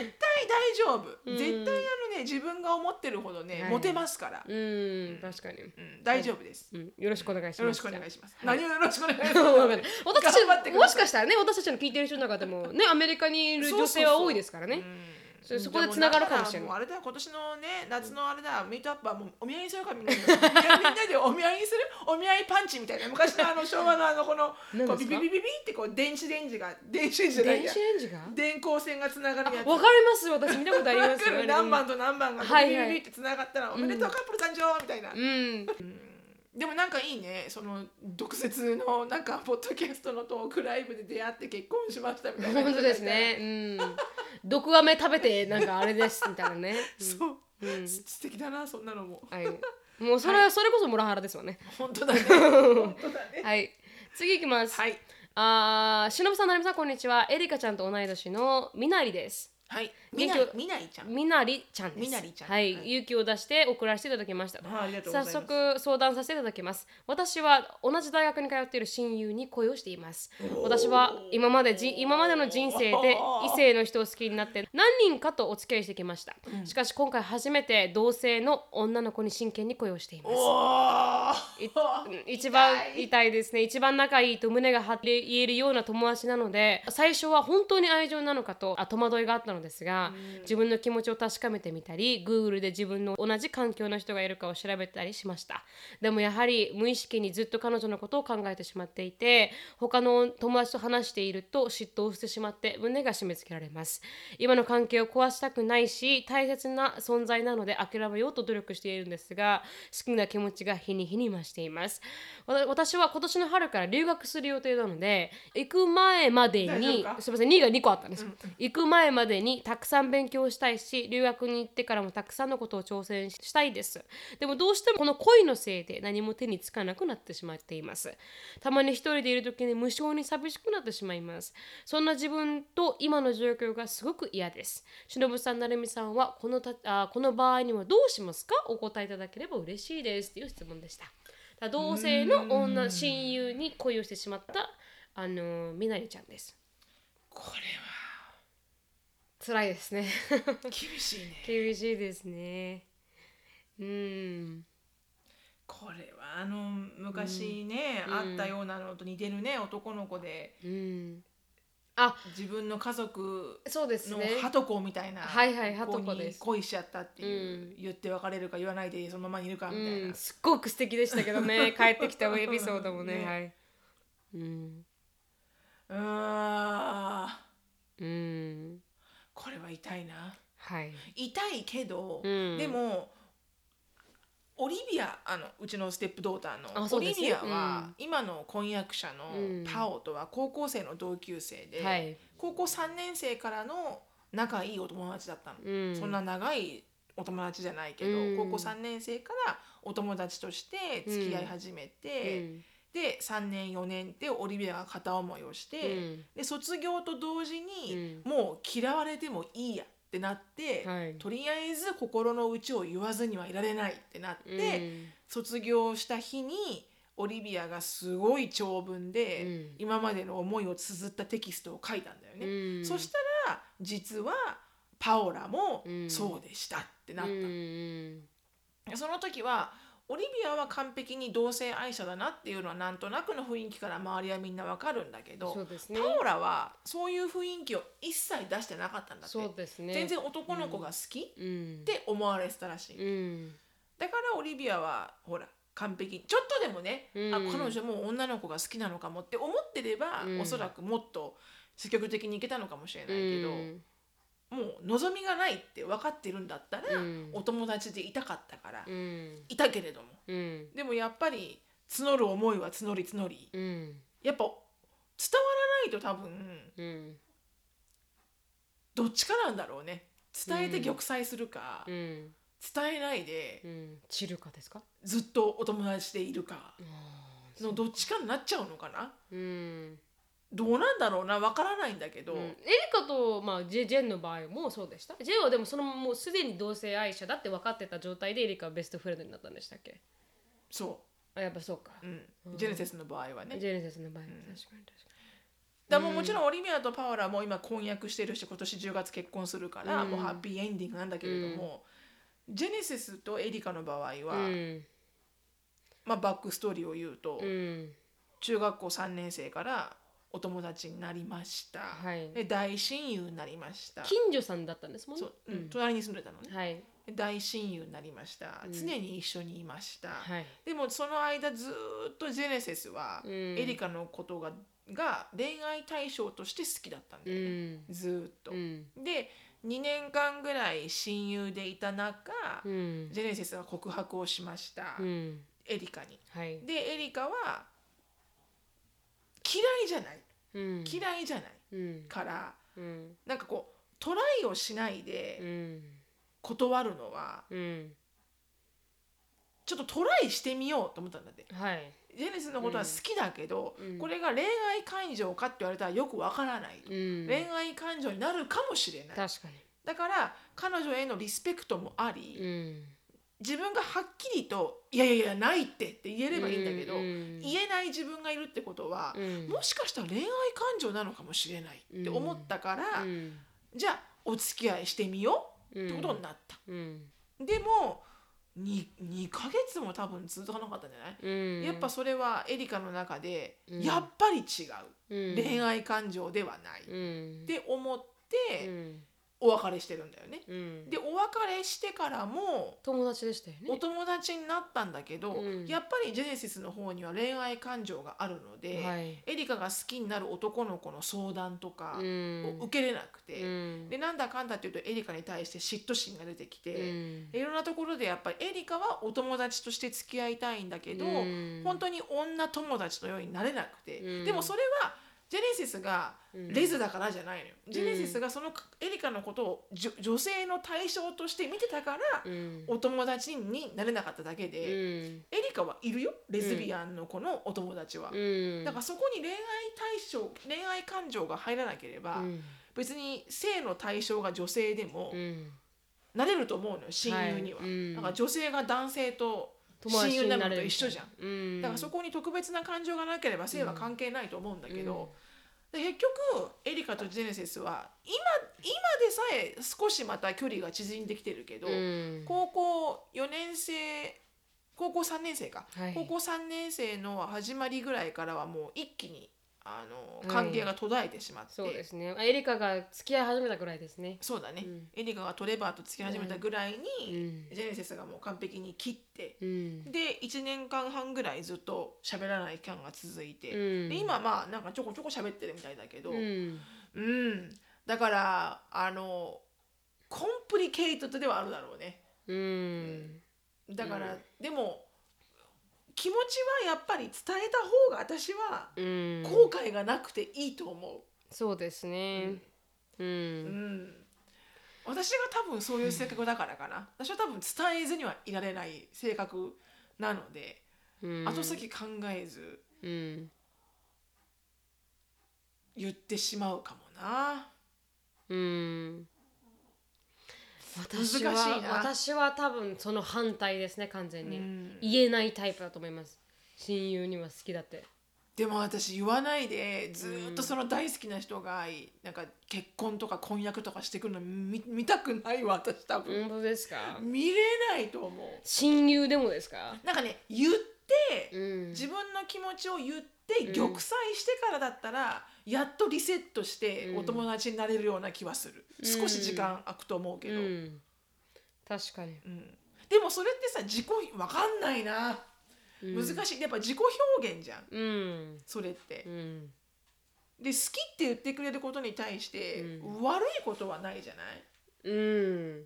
Speaker 2: 大丈夫。
Speaker 1: ん
Speaker 2: 絶対あのね自分が思ってるほどね、
Speaker 1: はい
Speaker 2: モテますから、
Speaker 1: うーん、確かに、
Speaker 2: うん大丈夫です。
Speaker 1: うん、よろしくお願いします。
Speaker 2: よろしくお願いします。
Speaker 1: はい
Speaker 2: 何をよろしくお願い します。
Speaker 1: わかんない私
Speaker 2: 頑張ってください
Speaker 1: もしかしたらね私たちの聞いてる人の中でもねアメリカにいる女性は多いですからねそ
Speaker 2: うん
Speaker 1: そこでつながるかもしれ
Speaker 2: でも
Speaker 1: ない
Speaker 2: あれだよ今年のね夏のあれだミートアップはもうお見合いにするかみんなでみん なでお見合いにするお見合いパンチみたいな昔のあの昭和のあのこの
Speaker 1: 何
Speaker 2: こう
Speaker 1: です
Speaker 2: ビ
Speaker 1: か
Speaker 2: ビビビビってこう電子レンジが電子レンジじゃない
Speaker 1: 電
Speaker 2: や
Speaker 1: 子レンジが
Speaker 2: 電光線がつながるやつ
Speaker 1: わかります私見たことあり
Speaker 2: わ
Speaker 1: ま
Speaker 2: か
Speaker 1: すよ
Speaker 2: る何番と何番がビ
Speaker 1: はい
Speaker 2: ビ
Speaker 1: はい
Speaker 2: ビビってつながったらおめでとうカップル誕生みたいな
Speaker 1: うん
Speaker 2: でもなんかいいねその毒舌のなんかポッドキャストのトークライブで出会って結婚しましたみたいな
Speaker 1: 本当ですね。うん。毒飴食べてなんかあれですみたいなね。
Speaker 2: そう
Speaker 1: うん
Speaker 2: す素敵だなそんなのも
Speaker 1: はい、もうそれ、はそれこそモラハラですわね。
Speaker 2: 本当だね本当だね
Speaker 1: はい、次いきます。
Speaker 2: はい
Speaker 1: ああ、しのぶさん、なるみさん、こんにちは。エリカちゃんと同い年のみなりです。
Speaker 2: はいみ
Speaker 1: 元
Speaker 2: な
Speaker 1: 気を
Speaker 2: みないちゃん
Speaker 1: みなりちゃんです。
Speaker 2: みなりちゃん
Speaker 1: はい、
Speaker 2: はい
Speaker 1: 勇気を出して送らせていただきました。
Speaker 2: あありがとうござ
Speaker 1: 早
Speaker 2: います
Speaker 1: 速相談させていただきます私は同じ大学に通っている親友に恋をしています私は今までじ今までの人生で異性の人を好きになって何人かとお付き合いしてきました、しかし今回初めて同性の女の子に真剣に恋をしています
Speaker 2: お
Speaker 1: い
Speaker 2: ー
Speaker 1: うん一番痛いですね一番仲いいと胸が張って言えるような友達なので最初は本当に愛情なのかとあ戸惑いがあったのですが、自分の気持ちを確かめてみたり Google で自分の同じ環境の人がいるかを調べたりしましたでもやはり無意識にずっと彼女のことを考えてしまっていて他の友達と話していると嫉妬をしてしまって胸が締め付けられます今の関係を壊したくないし大切な存在なので諦めようと努力しているんですが好きな気持ちが日に日に増していますわた私は今年の春から留学する予定なので行く前まで
Speaker 2: 大丈夫
Speaker 1: に
Speaker 2: か
Speaker 1: すみません2が2個あったんですよ、行く前までにたくさん勉強したいし留学に行ってからもたくさんのことを挑戦したいですでもどうしてもこの恋のせいで何も手につかなくなってしまっていますたまに一人でいる時に無性に寂しくなってしまいますそんな自分と今の状況がすごく嫌ですしのぶさんなるみさんはこのたあこの場合にはどうしますかお答えいただければ嬉しいですという質問でしただから同性の女親友に恋をしてしまったあのーみなりちゃんです
Speaker 2: これ
Speaker 1: 辛いです ね
Speaker 2: は厳しいね
Speaker 1: 厳しいですねうん
Speaker 2: これはあの昔ね、
Speaker 1: うん
Speaker 2: あったようなのと似てるね男の子で
Speaker 1: うんあ
Speaker 2: 自分の家族
Speaker 1: そうです
Speaker 2: の
Speaker 1: ね
Speaker 2: ハトコみたいな
Speaker 1: はいはい鳩
Speaker 2: 子
Speaker 1: 子
Speaker 2: に
Speaker 1: です
Speaker 2: 恋しちゃったっていう、
Speaker 1: うん
Speaker 2: 言って別れるか言わないでそのままにいるかみたいな、
Speaker 1: うん、すっごく素敵でしたけど ね帰ってきたエピソードもね
Speaker 2: ね
Speaker 1: はいうん
Speaker 2: うーん
Speaker 1: うん
Speaker 2: これは痛いな
Speaker 1: はい
Speaker 2: 痛いけど、
Speaker 1: うん
Speaker 2: でもオリビアあのうちのステップドーター
Speaker 1: あ
Speaker 2: の
Speaker 1: そ
Speaker 2: オ
Speaker 1: うで
Speaker 2: リ
Speaker 1: すね
Speaker 2: ビアは、今の婚約者の
Speaker 1: うん
Speaker 2: パオとは高校生の同級生で、
Speaker 1: はい
Speaker 2: 高校3年生からの仲いいお友達だったの、
Speaker 1: うん
Speaker 2: そんな長いお友達じゃないけど、
Speaker 1: うん
Speaker 2: 高校3年生からお友達として付き合い始めて、で3年4年でオリビアが片思いをして、
Speaker 1: うん
Speaker 2: で卒業と同時に、
Speaker 1: う
Speaker 2: もう嫌われてもいいやってなって、
Speaker 1: はい
Speaker 2: とりあえず心の内を言わずにはいられないってなって、卒業した日にオリビアがすごい長文で、
Speaker 1: うん
Speaker 2: 今までの思いを綴ったテキストを書いたんだよ
Speaker 1: う
Speaker 2: ね。
Speaker 1: ん、
Speaker 2: そしたら実はパオラも
Speaker 1: うん
Speaker 2: そうでしたって
Speaker 1: ら
Speaker 2: なったの、その時はオリビアは完璧に同性愛者だなっていうのはなんとなくの雰囲気から周りはみんなわかるんだけど、
Speaker 1: そうですね
Speaker 2: パオラはそういう雰囲気を一切出してなかったんだって、
Speaker 1: そうですね
Speaker 2: 全然男の子が好きっ
Speaker 1: うん
Speaker 2: て思われてたらし
Speaker 1: う
Speaker 2: い、
Speaker 1: ん
Speaker 2: だからオリビアはほら完璧にちょっとでもね、
Speaker 1: うん
Speaker 2: あ彼女もう女の子が好きなのかもって思ってれば、
Speaker 1: うん
Speaker 2: おそらくもっと積極的にいけたのかもしれな
Speaker 1: う
Speaker 2: いけど、
Speaker 1: ん
Speaker 2: もう望みがないって分かってるんだったら、
Speaker 1: うん
Speaker 2: お友達でいたかったから、
Speaker 1: うん
Speaker 2: いたけれども
Speaker 1: うん
Speaker 2: でもやっぱり募る思いは募り募り
Speaker 1: うん
Speaker 2: やっぱ伝わらないと多分
Speaker 1: うん
Speaker 2: どっちかなんだろうね伝えて玉砕するか、
Speaker 1: うん
Speaker 2: 伝えないで
Speaker 1: うんチルカですか
Speaker 2: ずっとお友達でいるか
Speaker 1: あ
Speaker 2: のどっちかになっちゃうのかな
Speaker 1: ーうん
Speaker 2: どうなんだろうなわからないんだけど、
Speaker 1: うん、エリカと、まあ、ジェジェンの場合もそうでしたジェンはでもそのもうすでに同性愛者だって分かってた状態でエリカはベストフレンドになったんでしたっけ
Speaker 2: そ
Speaker 1: あやっぱそうか、
Speaker 2: う、うん、ジェネセスの場合はね
Speaker 1: ジェネセスの場合は
Speaker 2: うん
Speaker 1: 確かに確か
Speaker 2: だもうもちろんオリビアとパオラも今婚約してるし今年10月結婚するから、
Speaker 1: うん
Speaker 2: もうハッピーエンディングなんだけれども、ジェネセスとエリカの場合は、
Speaker 1: に
Speaker 2: まあ、バックストーリーを言うと、
Speaker 1: うんうん
Speaker 2: 中学校3年生からお友達になりました、
Speaker 1: はい
Speaker 2: で大親友になりました
Speaker 1: 近所さんだったんですもんね
Speaker 2: そう、うん、隣に住んでたのね、
Speaker 1: はい
Speaker 2: 大親友になりました、
Speaker 1: うん
Speaker 2: 常に一緒にいました、
Speaker 1: はい
Speaker 2: でもその間ずーっとジェネセスは、
Speaker 1: うん
Speaker 2: エリカのことがが恋愛対象として好きだったん
Speaker 1: う
Speaker 2: だよね、
Speaker 1: ん
Speaker 2: ずーっと、
Speaker 1: うん
Speaker 2: で2年間ぐらい親友でいた中、
Speaker 1: うん
Speaker 2: ジェネセスは告白をしました、
Speaker 1: うん
Speaker 2: エリカに
Speaker 1: はい
Speaker 2: でエリカは嫌いじゃない
Speaker 1: うん
Speaker 2: 嫌いじゃない
Speaker 1: うん
Speaker 2: から
Speaker 1: うん
Speaker 2: なんかこうトライをしないで、
Speaker 1: うん
Speaker 2: 断るのは
Speaker 1: うん
Speaker 2: ちょっとトライしてみようと思ったんだって
Speaker 1: はい
Speaker 2: ジェネスのことは好きだけど、
Speaker 1: うん
Speaker 2: これが恋愛感情かって言われたらよくわからないと、
Speaker 1: うん
Speaker 2: 恋愛感情になるかもしれない
Speaker 1: 確か
Speaker 2: だから彼女へのリスペクトもあ
Speaker 1: に
Speaker 2: り、
Speaker 1: うん
Speaker 2: 自分がはっきりと「いやいやいやないって」って言えればいいんだけど、
Speaker 1: うん
Speaker 2: 言えない自分がいるってことは、
Speaker 1: うん
Speaker 2: もしかしたら恋愛感情なのかもしれないって思ったから、
Speaker 1: うん
Speaker 2: じゃあお付き合いしてみよ
Speaker 1: う
Speaker 2: うっ
Speaker 1: ん
Speaker 2: てことになった、
Speaker 1: うん
Speaker 2: でも 2, 2ヶ月も多分続かなかったんじゃない、
Speaker 1: うん
Speaker 2: やっぱそれはエリカの中で、
Speaker 1: うん
Speaker 2: やっぱり違う、恋
Speaker 1: 恋
Speaker 2: 愛感情ではない、っ
Speaker 1: で
Speaker 2: て思っ
Speaker 1: う
Speaker 2: て
Speaker 1: ん
Speaker 2: お別れしてるんだよね、
Speaker 1: うん
Speaker 2: でお別れしてからも
Speaker 1: 友達でしたよ
Speaker 2: お
Speaker 1: ね
Speaker 2: 友達になったんだけど、
Speaker 1: うん
Speaker 2: やっぱりジェネシスの方には恋愛感情があるので、
Speaker 1: はい
Speaker 2: エリカが好きになる男の子の相談とか
Speaker 1: うん
Speaker 2: を受けれなくて、
Speaker 1: うん
Speaker 2: でなんだかんだっていうとエリカに対して嫉妬心が出てきて、
Speaker 1: うん
Speaker 2: いろんなところでやっぱりエリカはお友達として付き合いたいんだけど、
Speaker 1: うん
Speaker 2: 本当に女友達のようになれなくて、
Speaker 1: うん
Speaker 2: でもそれはジェネシスが
Speaker 1: うん
Speaker 2: レズだからじゃないのよ、ジェネシスがそのエリカのことをじょ女性の対象として見てたから、
Speaker 1: うん
Speaker 2: お友達になれなかっただけで、エリカはいるよレズビアンの子のお友達は、
Speaker 1: うん
Speaker 2: だからそこに恋愛対象恋愛感情が入らなければ、
Speaker 1: うん
Speaker 2: 別に性の対象が女性でも
Speaker 1: うん
Speaker 2: なれると思うのよ親友には、
Speaker 1: はいうん
Speaker 2: だから女性が男性と親友になるのと一緒じゃん、
Speaker 1: うん
Speaker 2: だからそこに特別な感情がなければ性は関係ないと思うんだけど、で結局エリカとジェネシスは今今でさえ少しまた距離が縮んできてるけど、
Speaker 1: うん
Speaker 2: 高校4年生高校3年生か、
Speaker 1: はい
Speaker 2: 高校3年生の始まりぐらいからはもう一気にあの
Speaker 1: うん
Speaker 2: 関係が途絶えてしまって、
Speaker 1: そうですねあエリカが付き合い始めたぐらいですね
Speaker 2: そうだね、
Speaker 1: うん
Speaker 2: エリカがトレバーと付き始めたぐらいに、
Speaker 1: うん
Speaker 2: ジェネシスがもう完璧に切って、
Speaker 1: うん
Speaker 2: で1年間半ぐらいずっと喋らない期間が続いて、
Speaker 1: うん
Speaker 2: で今まあなんかちょこちょこ喋ってるみたいだけど、
Speaker 1: うん
Speaker 2: うんだからあのコンプリケイトではあるだろうね。
Speaker 1: うん
Speaker 2: だから、
Speaker 1: うん
Speaker 2: でも気持ちはやっぱり伝えた方が私は
Speaker 1: うん
Speaker 2: 後悔がなくていいと思
Speaker 1: そうですねう
Speaker 2: う、うん
Speaker 1: ん
Speaker 2: 私が多分そういう性格だからかな私は多分伝えずにはいられない性格なので、
Speaker 1: うん
Speaker 2: 後先考えず
Speaker 1: うん
Speaker 2: 言ってしまうかもな
Speaker 1: うん私
Speaker 2: 難しいな
Speaker 1: は私は多分その反対ですね完全に、
Speaker 2: うん
Speaker 1: 言えないタイプだと思います親友には好きだって
Speaker 2: でも私言わないでずーっとその大好きな人がなんか結婚とか婚約とかしてくるの見見たくないわ私多分、
Speaker 1: 本当ですか
Speaker 2: 見れないと思う
Speaker 1: 親友でもですか
Speaker 2: なんかね言って、
Speaker 1: うん
Speaker 2: 自分の気持ちを言って
Speaker 1: うん
Speaker 2: 玉砕してからだったら、やっとリセットして
Speaker 1: うん
Speaker 2: お友達になれるような気はする、
Speaker 1: うん
Speaker 2: 少し時間空くと思うけど、
Speaker 1: う
Speaker 2: うん
Speaker 1: ん、確かに、
Speaker 2: でもそれってさ自己わかんないな、
Speaker 1: うん、
Speaker 2: 難しいやっぱ自己表現じゃん
Speaker 1: うん
Speaker 2: それって
Speaker 1: う、ん
Speaker 2: で好きって言ってくれることに対して、
Speaker 1: う
Speaker 2: 悪いことはないじゃない
Speaker 1: うん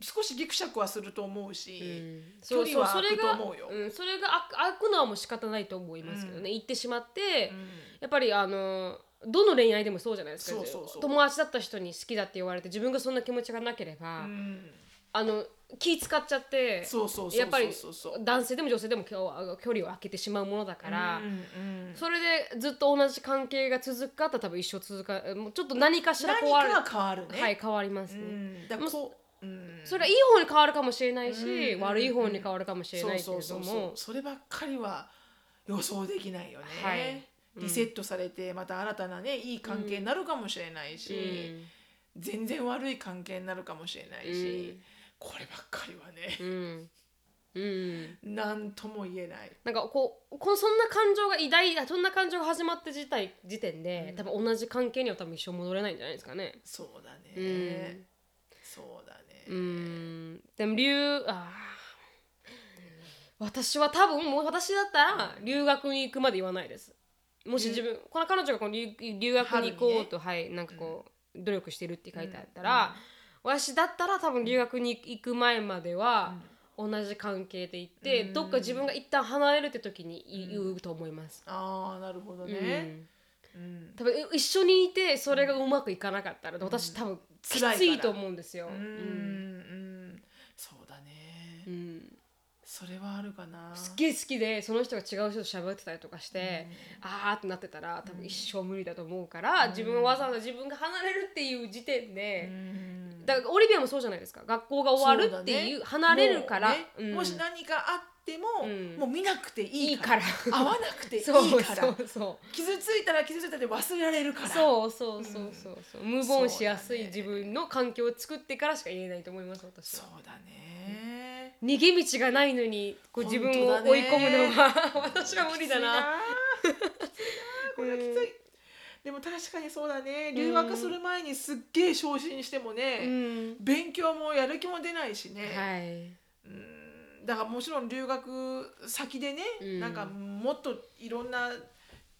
Speaker 2: 少しギクシャクはすると思うし、
Speaker 1: そう
Speaker 2: 距
Speaker 1: そ
Speaker 2: 離
Speaker 1: う
Speaker 2: は
Speaker 1: それが
Speaker 2: 空くと思うよ
Speaker 1: ん、それがあ開くのはもう仕方ないと思いますけどね、言ってしまって、やっぱりあのどの恋愛でもそうじゃないですか
Speaker 2: そうそうそう
Speaker 1: 友達だった人に好きだって言われて自分がそんな気持ちがなければ、
Speaker 2: うん
Speaker 1: あの気使っちゃって
Speaker 2: そうそうそうそうそう
Speaker 1: やっぱり
Speaker 2: そうそうそう
Speaker 1: 男性でも女性でも今日は距離を空けてしまうものだから、
Speaker 2: うんうん
Speaker 1: それでずっと同じ関係が続くかあったら多分一生続かもうちょっと何かしら
Speaker 2: 何
Speaker 1: 変わる
Speaker 2: かが変わるね、
Speaker 1: はい変わります
Speaker 2: う
Speaker 1: ね、
Speaker 2: ん、だからこう、うん、
Speaker 1: それはいい方に変わるかもしれないし、
Speaker 2: うんうん
Speaker 1: 悪い方に変わるかもしれないけ
Speaker 2: そ
Speaker 1: れ
Speaker 2: うそ
Speaker 1: ど
Speaker 2: うそうそう
Speaker 1: も
Speaker 2: そればっかりは予想できないよね、
Speaker 1: はいうん
Speaker 2: リセットされてまた新たなねいい関係になるかもしれないし、全然悪い関係になるかもしれないし、こればっかりはね
Speaker 1: うんうんうん
Speaker 2: 何とも言えない
Speaker 1: なんかこうこうそんな感情が偉大あそんな感情が始まった時代時点で、多分同じ関係には多分一生戻れないんじゃないですかね。
Speaker 2: そうだね、
Speaker 1: うん
Speaker 2: そうだね、
Speaker 1: うんでも留あー私は多分もう私だったら留学に行くまで言わないですもし自分、この彼女がこの留留学に行こうと、はいなんかこう、努力してるって書いてあったら、私だったら多分留学に行く前までは、同じ関係で行って、どっか自分が一旦離れるって時に言う言うと思います。
Speaker 2: ああなるほど
Speaker 1: う
Speaker 2: ね、
Speaker 1: ん
Speaker 2: うん
Speaker 1: 多分一緒にいてそれがうまくいかなかったら、私多分き
Speaker 2: 辛いから
Speaker 1: ついと思うんですよ。う
Speaker 2: う
Speaker 1: んん
Speaker 2: うんそうだね、
Speaker 1: うん
Speaker 2: それはあるかな
Speaker 1: すっげえ好きでその人が違う人と喋ってたりとかして、あーってなってたら多分一生無理だと思うから、自分わざわざ自分が離れるっていう時点
Speaker 2: う
Speaker 1: で、
Speaker 2: ん
Speaker 1: だからオリビアもそうじゃないですか学校が終わるっていう
Speaker 2: そだね
Speaker 1: 離れるから
Speaker 2: もうね
Speaker 1: うん
Speaker 2: もし何かあっても、
Speaker 1: うん
Speaker 2: もう見なくてい
Speaker 1: い
Speaker 2: い
Speaker 1: い
Speaker 2: か
Speaker 1: からら
Speaker 2: 会わなくていいから
Speaker 1: そうそうそう
Speaker 2: 傷ついたら傷ついたで忘れられるから
Speaker 1: そうそうそうそうそう無言しやすい自分の環境を作ってからしか言えないと思います私
Speaker 2: そ
Speaker 1: は
Speaker 2: うだね
Speaker 1: 逃げ道がないのにこう自分を追い込むのは、私は無理だな
Speaker 2: きついなきついなこれはきつい、でも確かにそうだね留学する前にすっげえ昇進してもね、
Speaker 1: うん
Speaker 2: 勉強もやる気も出ないしね、
Speaker 1: はい
Speaker 2: うんだからもちろん留学先でね、
Speaker 1: うん
Speaker 2: なんかもっといろんな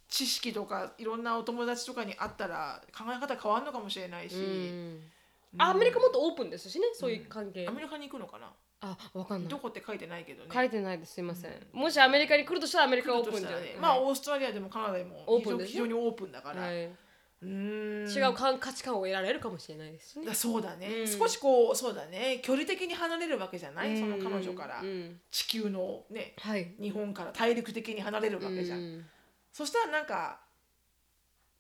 Speaker 2: 知識とかいろんなお友達とかに会ったら考え方変わるのかもしれないし、
Speaker 1: うん
Speaker 2: うん
Speaker 1: アメリカもっとオープンですしねそういう関係、
Speaker 2: アメリカに行くのかな、
Speaker 1: あわかんな
Speaker 2: ど
Speaker 1: い
Speaker 2: こって書いてないけどね
Speaker 1: 書いてないですすいません、もしアメリカに来るとしたらアメリカオープンじゃない、
Speaker 2: まあ
Speaker 1: はい
Speaker 2: オーストラリアでもカナダでも
Speaker 1: オー
Speaker 2: 非
Speaker 1: プン
Speaker 2: 常
Speaker 1: で
Speaker 2: に
Speaker 1: す
Speaker 2: 非
Speaker 1: よ
Speaker 2: 常にオープンだから、
Speaker 1: はいう
Speaker 2: ーん
Speaker 1: 違うかん価値観を得られるかもしれないですしね
Speaker 2: だそうだね、
Speaker 1: うん
Speaker 2: 少しこうそうだね距離的に離れるわけじゃない、
Speaker 1: うん
Speaker 2: その彼女から、
Speaker 1: うん
Speaker 2: 地球のね
Speaker 1: はい
Speaker 2: 日本から大陸的に離れるわけじゃん、
Speaker 1: うん
Speaker 2: そしたらなんか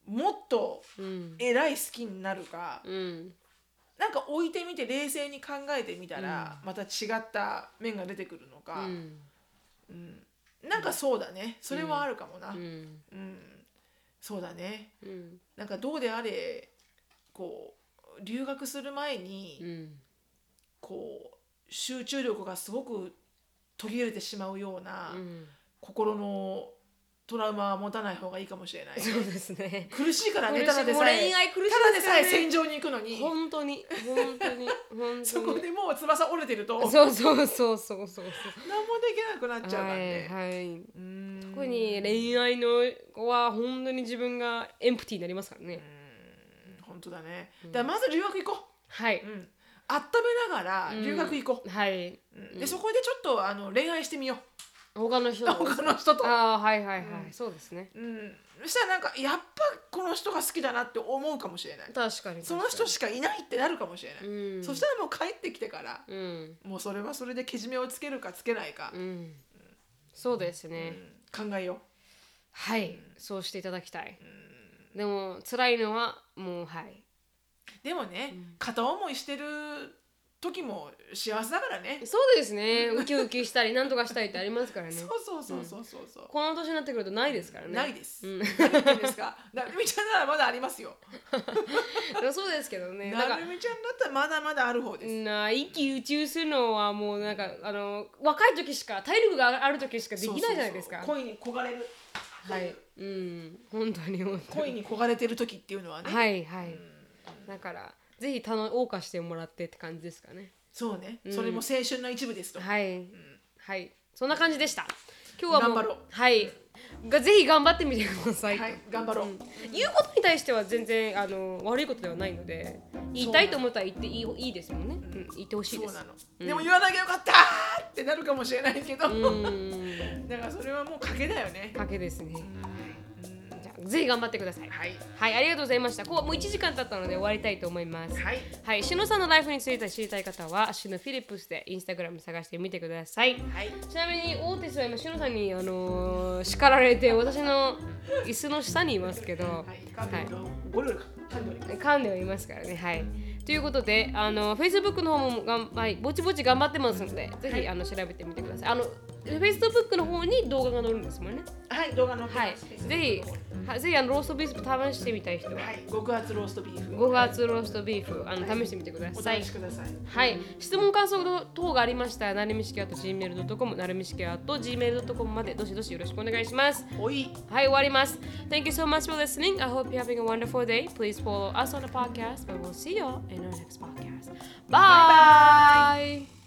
Speaker 2: もっと
Speaker 1: うん
Speaker 2: 偉い好きになるか、
Speaker 1: うん
Speaker 2: なんか置いてみて冷静に考えてみたら、また違った面が出てくるの
Speaker 1: う
Speaker 2: か、
Speaker 1: ん
Speaker 2: うんなんかそうだねそれはあるかもな、
Speaker 1: う
Speaker 2: うん
Speaker 1: ん
Speaker 2: そうだね
Speaker 1: うん
Speaker 2: なんかどうであれこう留学する前に、
Speaker 1: うん
Speaker 2: こう集中力がすごく途切れてしまうような、
Speaker 1: うん
Speaker 2: 心のトラウマは持たない方がいいかも しれない
Speaker 1: そうですね
Speaker 2: 苦しいからね
Speaker 1: 苦したい
Speaker 2: だで
Speaker 1: もう
Speaker 2: さえ
Speaker 1: 恋愛苦しいです
Speaker 2: ただでさえ
Speaker 1: よね
Speaker 2: 戦場に行くのに
Speaker 1: 本当に本当に本当に
Speaker 2: そこでもう翼折れてると何も
Speaker 1: そうそうそうそうそうそう
Speaker 2: できなくなっちゃうからね、
Speaker 1: はい、はい、
Speaker 2: うん
Speaker 1: 特に恋愛の子は本当に自分がエンプティーになりますからね、
Speaker 2: うん本当だねだからまず留学行こ
Speaker 1: は
Speaker 2: う、
Speaker 1: い、
Speaker 2: うん、温めながら留学行こ
Speaker 1: はい、
Speaker 2: う、うんでそこでちょっとあの恋愛してみよ
Speaker 1: 他の人
Speaker 2: う
Speaker 1: と
Speaker 2: 他の人と
Speaker 1: ああはいはいはい、
Speaker 2: うん
Speaker 1: そうですね
Speaker 2: うん、そしたらなんかやっぱこの人が好きだなって思うかもしれない
Speaker 1: 確かに
Speaker 2: その人
Speaker 1: 確
Speaker 2: しかいないってなるかもしれな
Speaker 1: か
Speaker 2: い、
Speaker 1: にうん
Speaker 2: そしたらもう帰ってきてから
Speaker 1: うん
Speaker 2: もうそれはそれでけじめをつけるかつけないか
Speaker 1: う、んそうですね、
Speaker 2: うん考えよう
Speaker 1: はい、そうしていただきたい、でも辛いのはもうはい
Speaker 2: でもね、片思いしてる時も幸せだからね、
Speaker 1: そうですねウキウキしたりなんとかしたいってありますからね
Speaker 2: そうそうそうそうそうそう、
Speaker 1: この年になってくるとないですからね
Speaker 2: ないです、
Speaker 1: うん、
Speaker 2: 何言ってんですかなるみちゃんならまだありますよ
Speaker 1: でもそうですけど ねだか
Speaker 2: な
Speaker 1: ら
Speaker 2: るみちゃんだったらまだまだある方です、
Speaker 1: な一喜一憂するのはもうなんかあの若い時しか体力がある時しかできないじゃないですか
Speaker 2: そうそうそう恋に焦がれる
Speaker 1: はいうん本当に本当に
Speaker 2: 恋に焦がれてる時っていうのはね、
Speaker 1: はいはい、だからぜひたの謳歌してもらってって感じですかね
Speaker 2: そうね、それも青春の一部ですと、
Speaker 1: はい、はいそんな感じでした今日はもう
Speaker 2: 頑張ろう
Speaker 1: はいがぜひ頑張ってみてください、
Speaker 2: はい頑張ろう、
Speaker 1: 言うことに対しては全然あの悪いことではないので言いたいと思ったら言っていいいいですもんね、うん、言ってほしい
Speaker 2: そ
Speaker 1: で
Speaker 2: う
Speaker 1: す
Speaker 2: なの、でも言わなきゃよかったーってなるかもしれないけど、
Speaker 1: うん
Speaker 2: だからそれはもう賭けだよね
Speaker 1: 賭けですね、じゃあぜひ頑張ってください
Speaker 2: はい
Speaker 1: はい、ありがとうございました。こうもう1時間経ったので終わりたいと思います。
Speaker 2: はい
Speaker 1: はい、しのさんのライフについて知りたい方は、しのフィリップスでインスタグラム探してみてください。
Speaker 2: はい
Speaker 1: ちなみに、オーティスは今、しのさんに、あのー叱られて、私の椅子の下にいますけど、は
Speaker 2: はいガンダムのゴルフハンドリング
Speaker 1: 噛んではいますからね。はい。ということで、あの、Facebook の方もがん、はい、ぼちぼち頑張ってますので、ぜひ、あの、調べてみてください。あの、Facebook の方に動画が載るんですもんね。
Speaker 2: はい、動画の
Speaker 1: はい。ぜひ、はぜひ、あの、ローストビーフ試してみたい人は
Speaker 2: は、い、極厚ローストビーフ。
Speaker 1: 5月ローストビーフあの試してみてくだ
Speaker 2: お
Speaker 1: さい
Speaker 2: 試し。ください。
Speaker 1: はい、質問感想等がありましたら、なるみしきあと gmail.com、なるみしきあと gmail.com までどしどしよろしくお願いします。
Speaker 2: おい。
Speaker 1: はい、終わります。Thank you so much for listening. I hope you're having a wonderful day. Please follow us on the podcast, but we'll see you in our next podcast. Bye!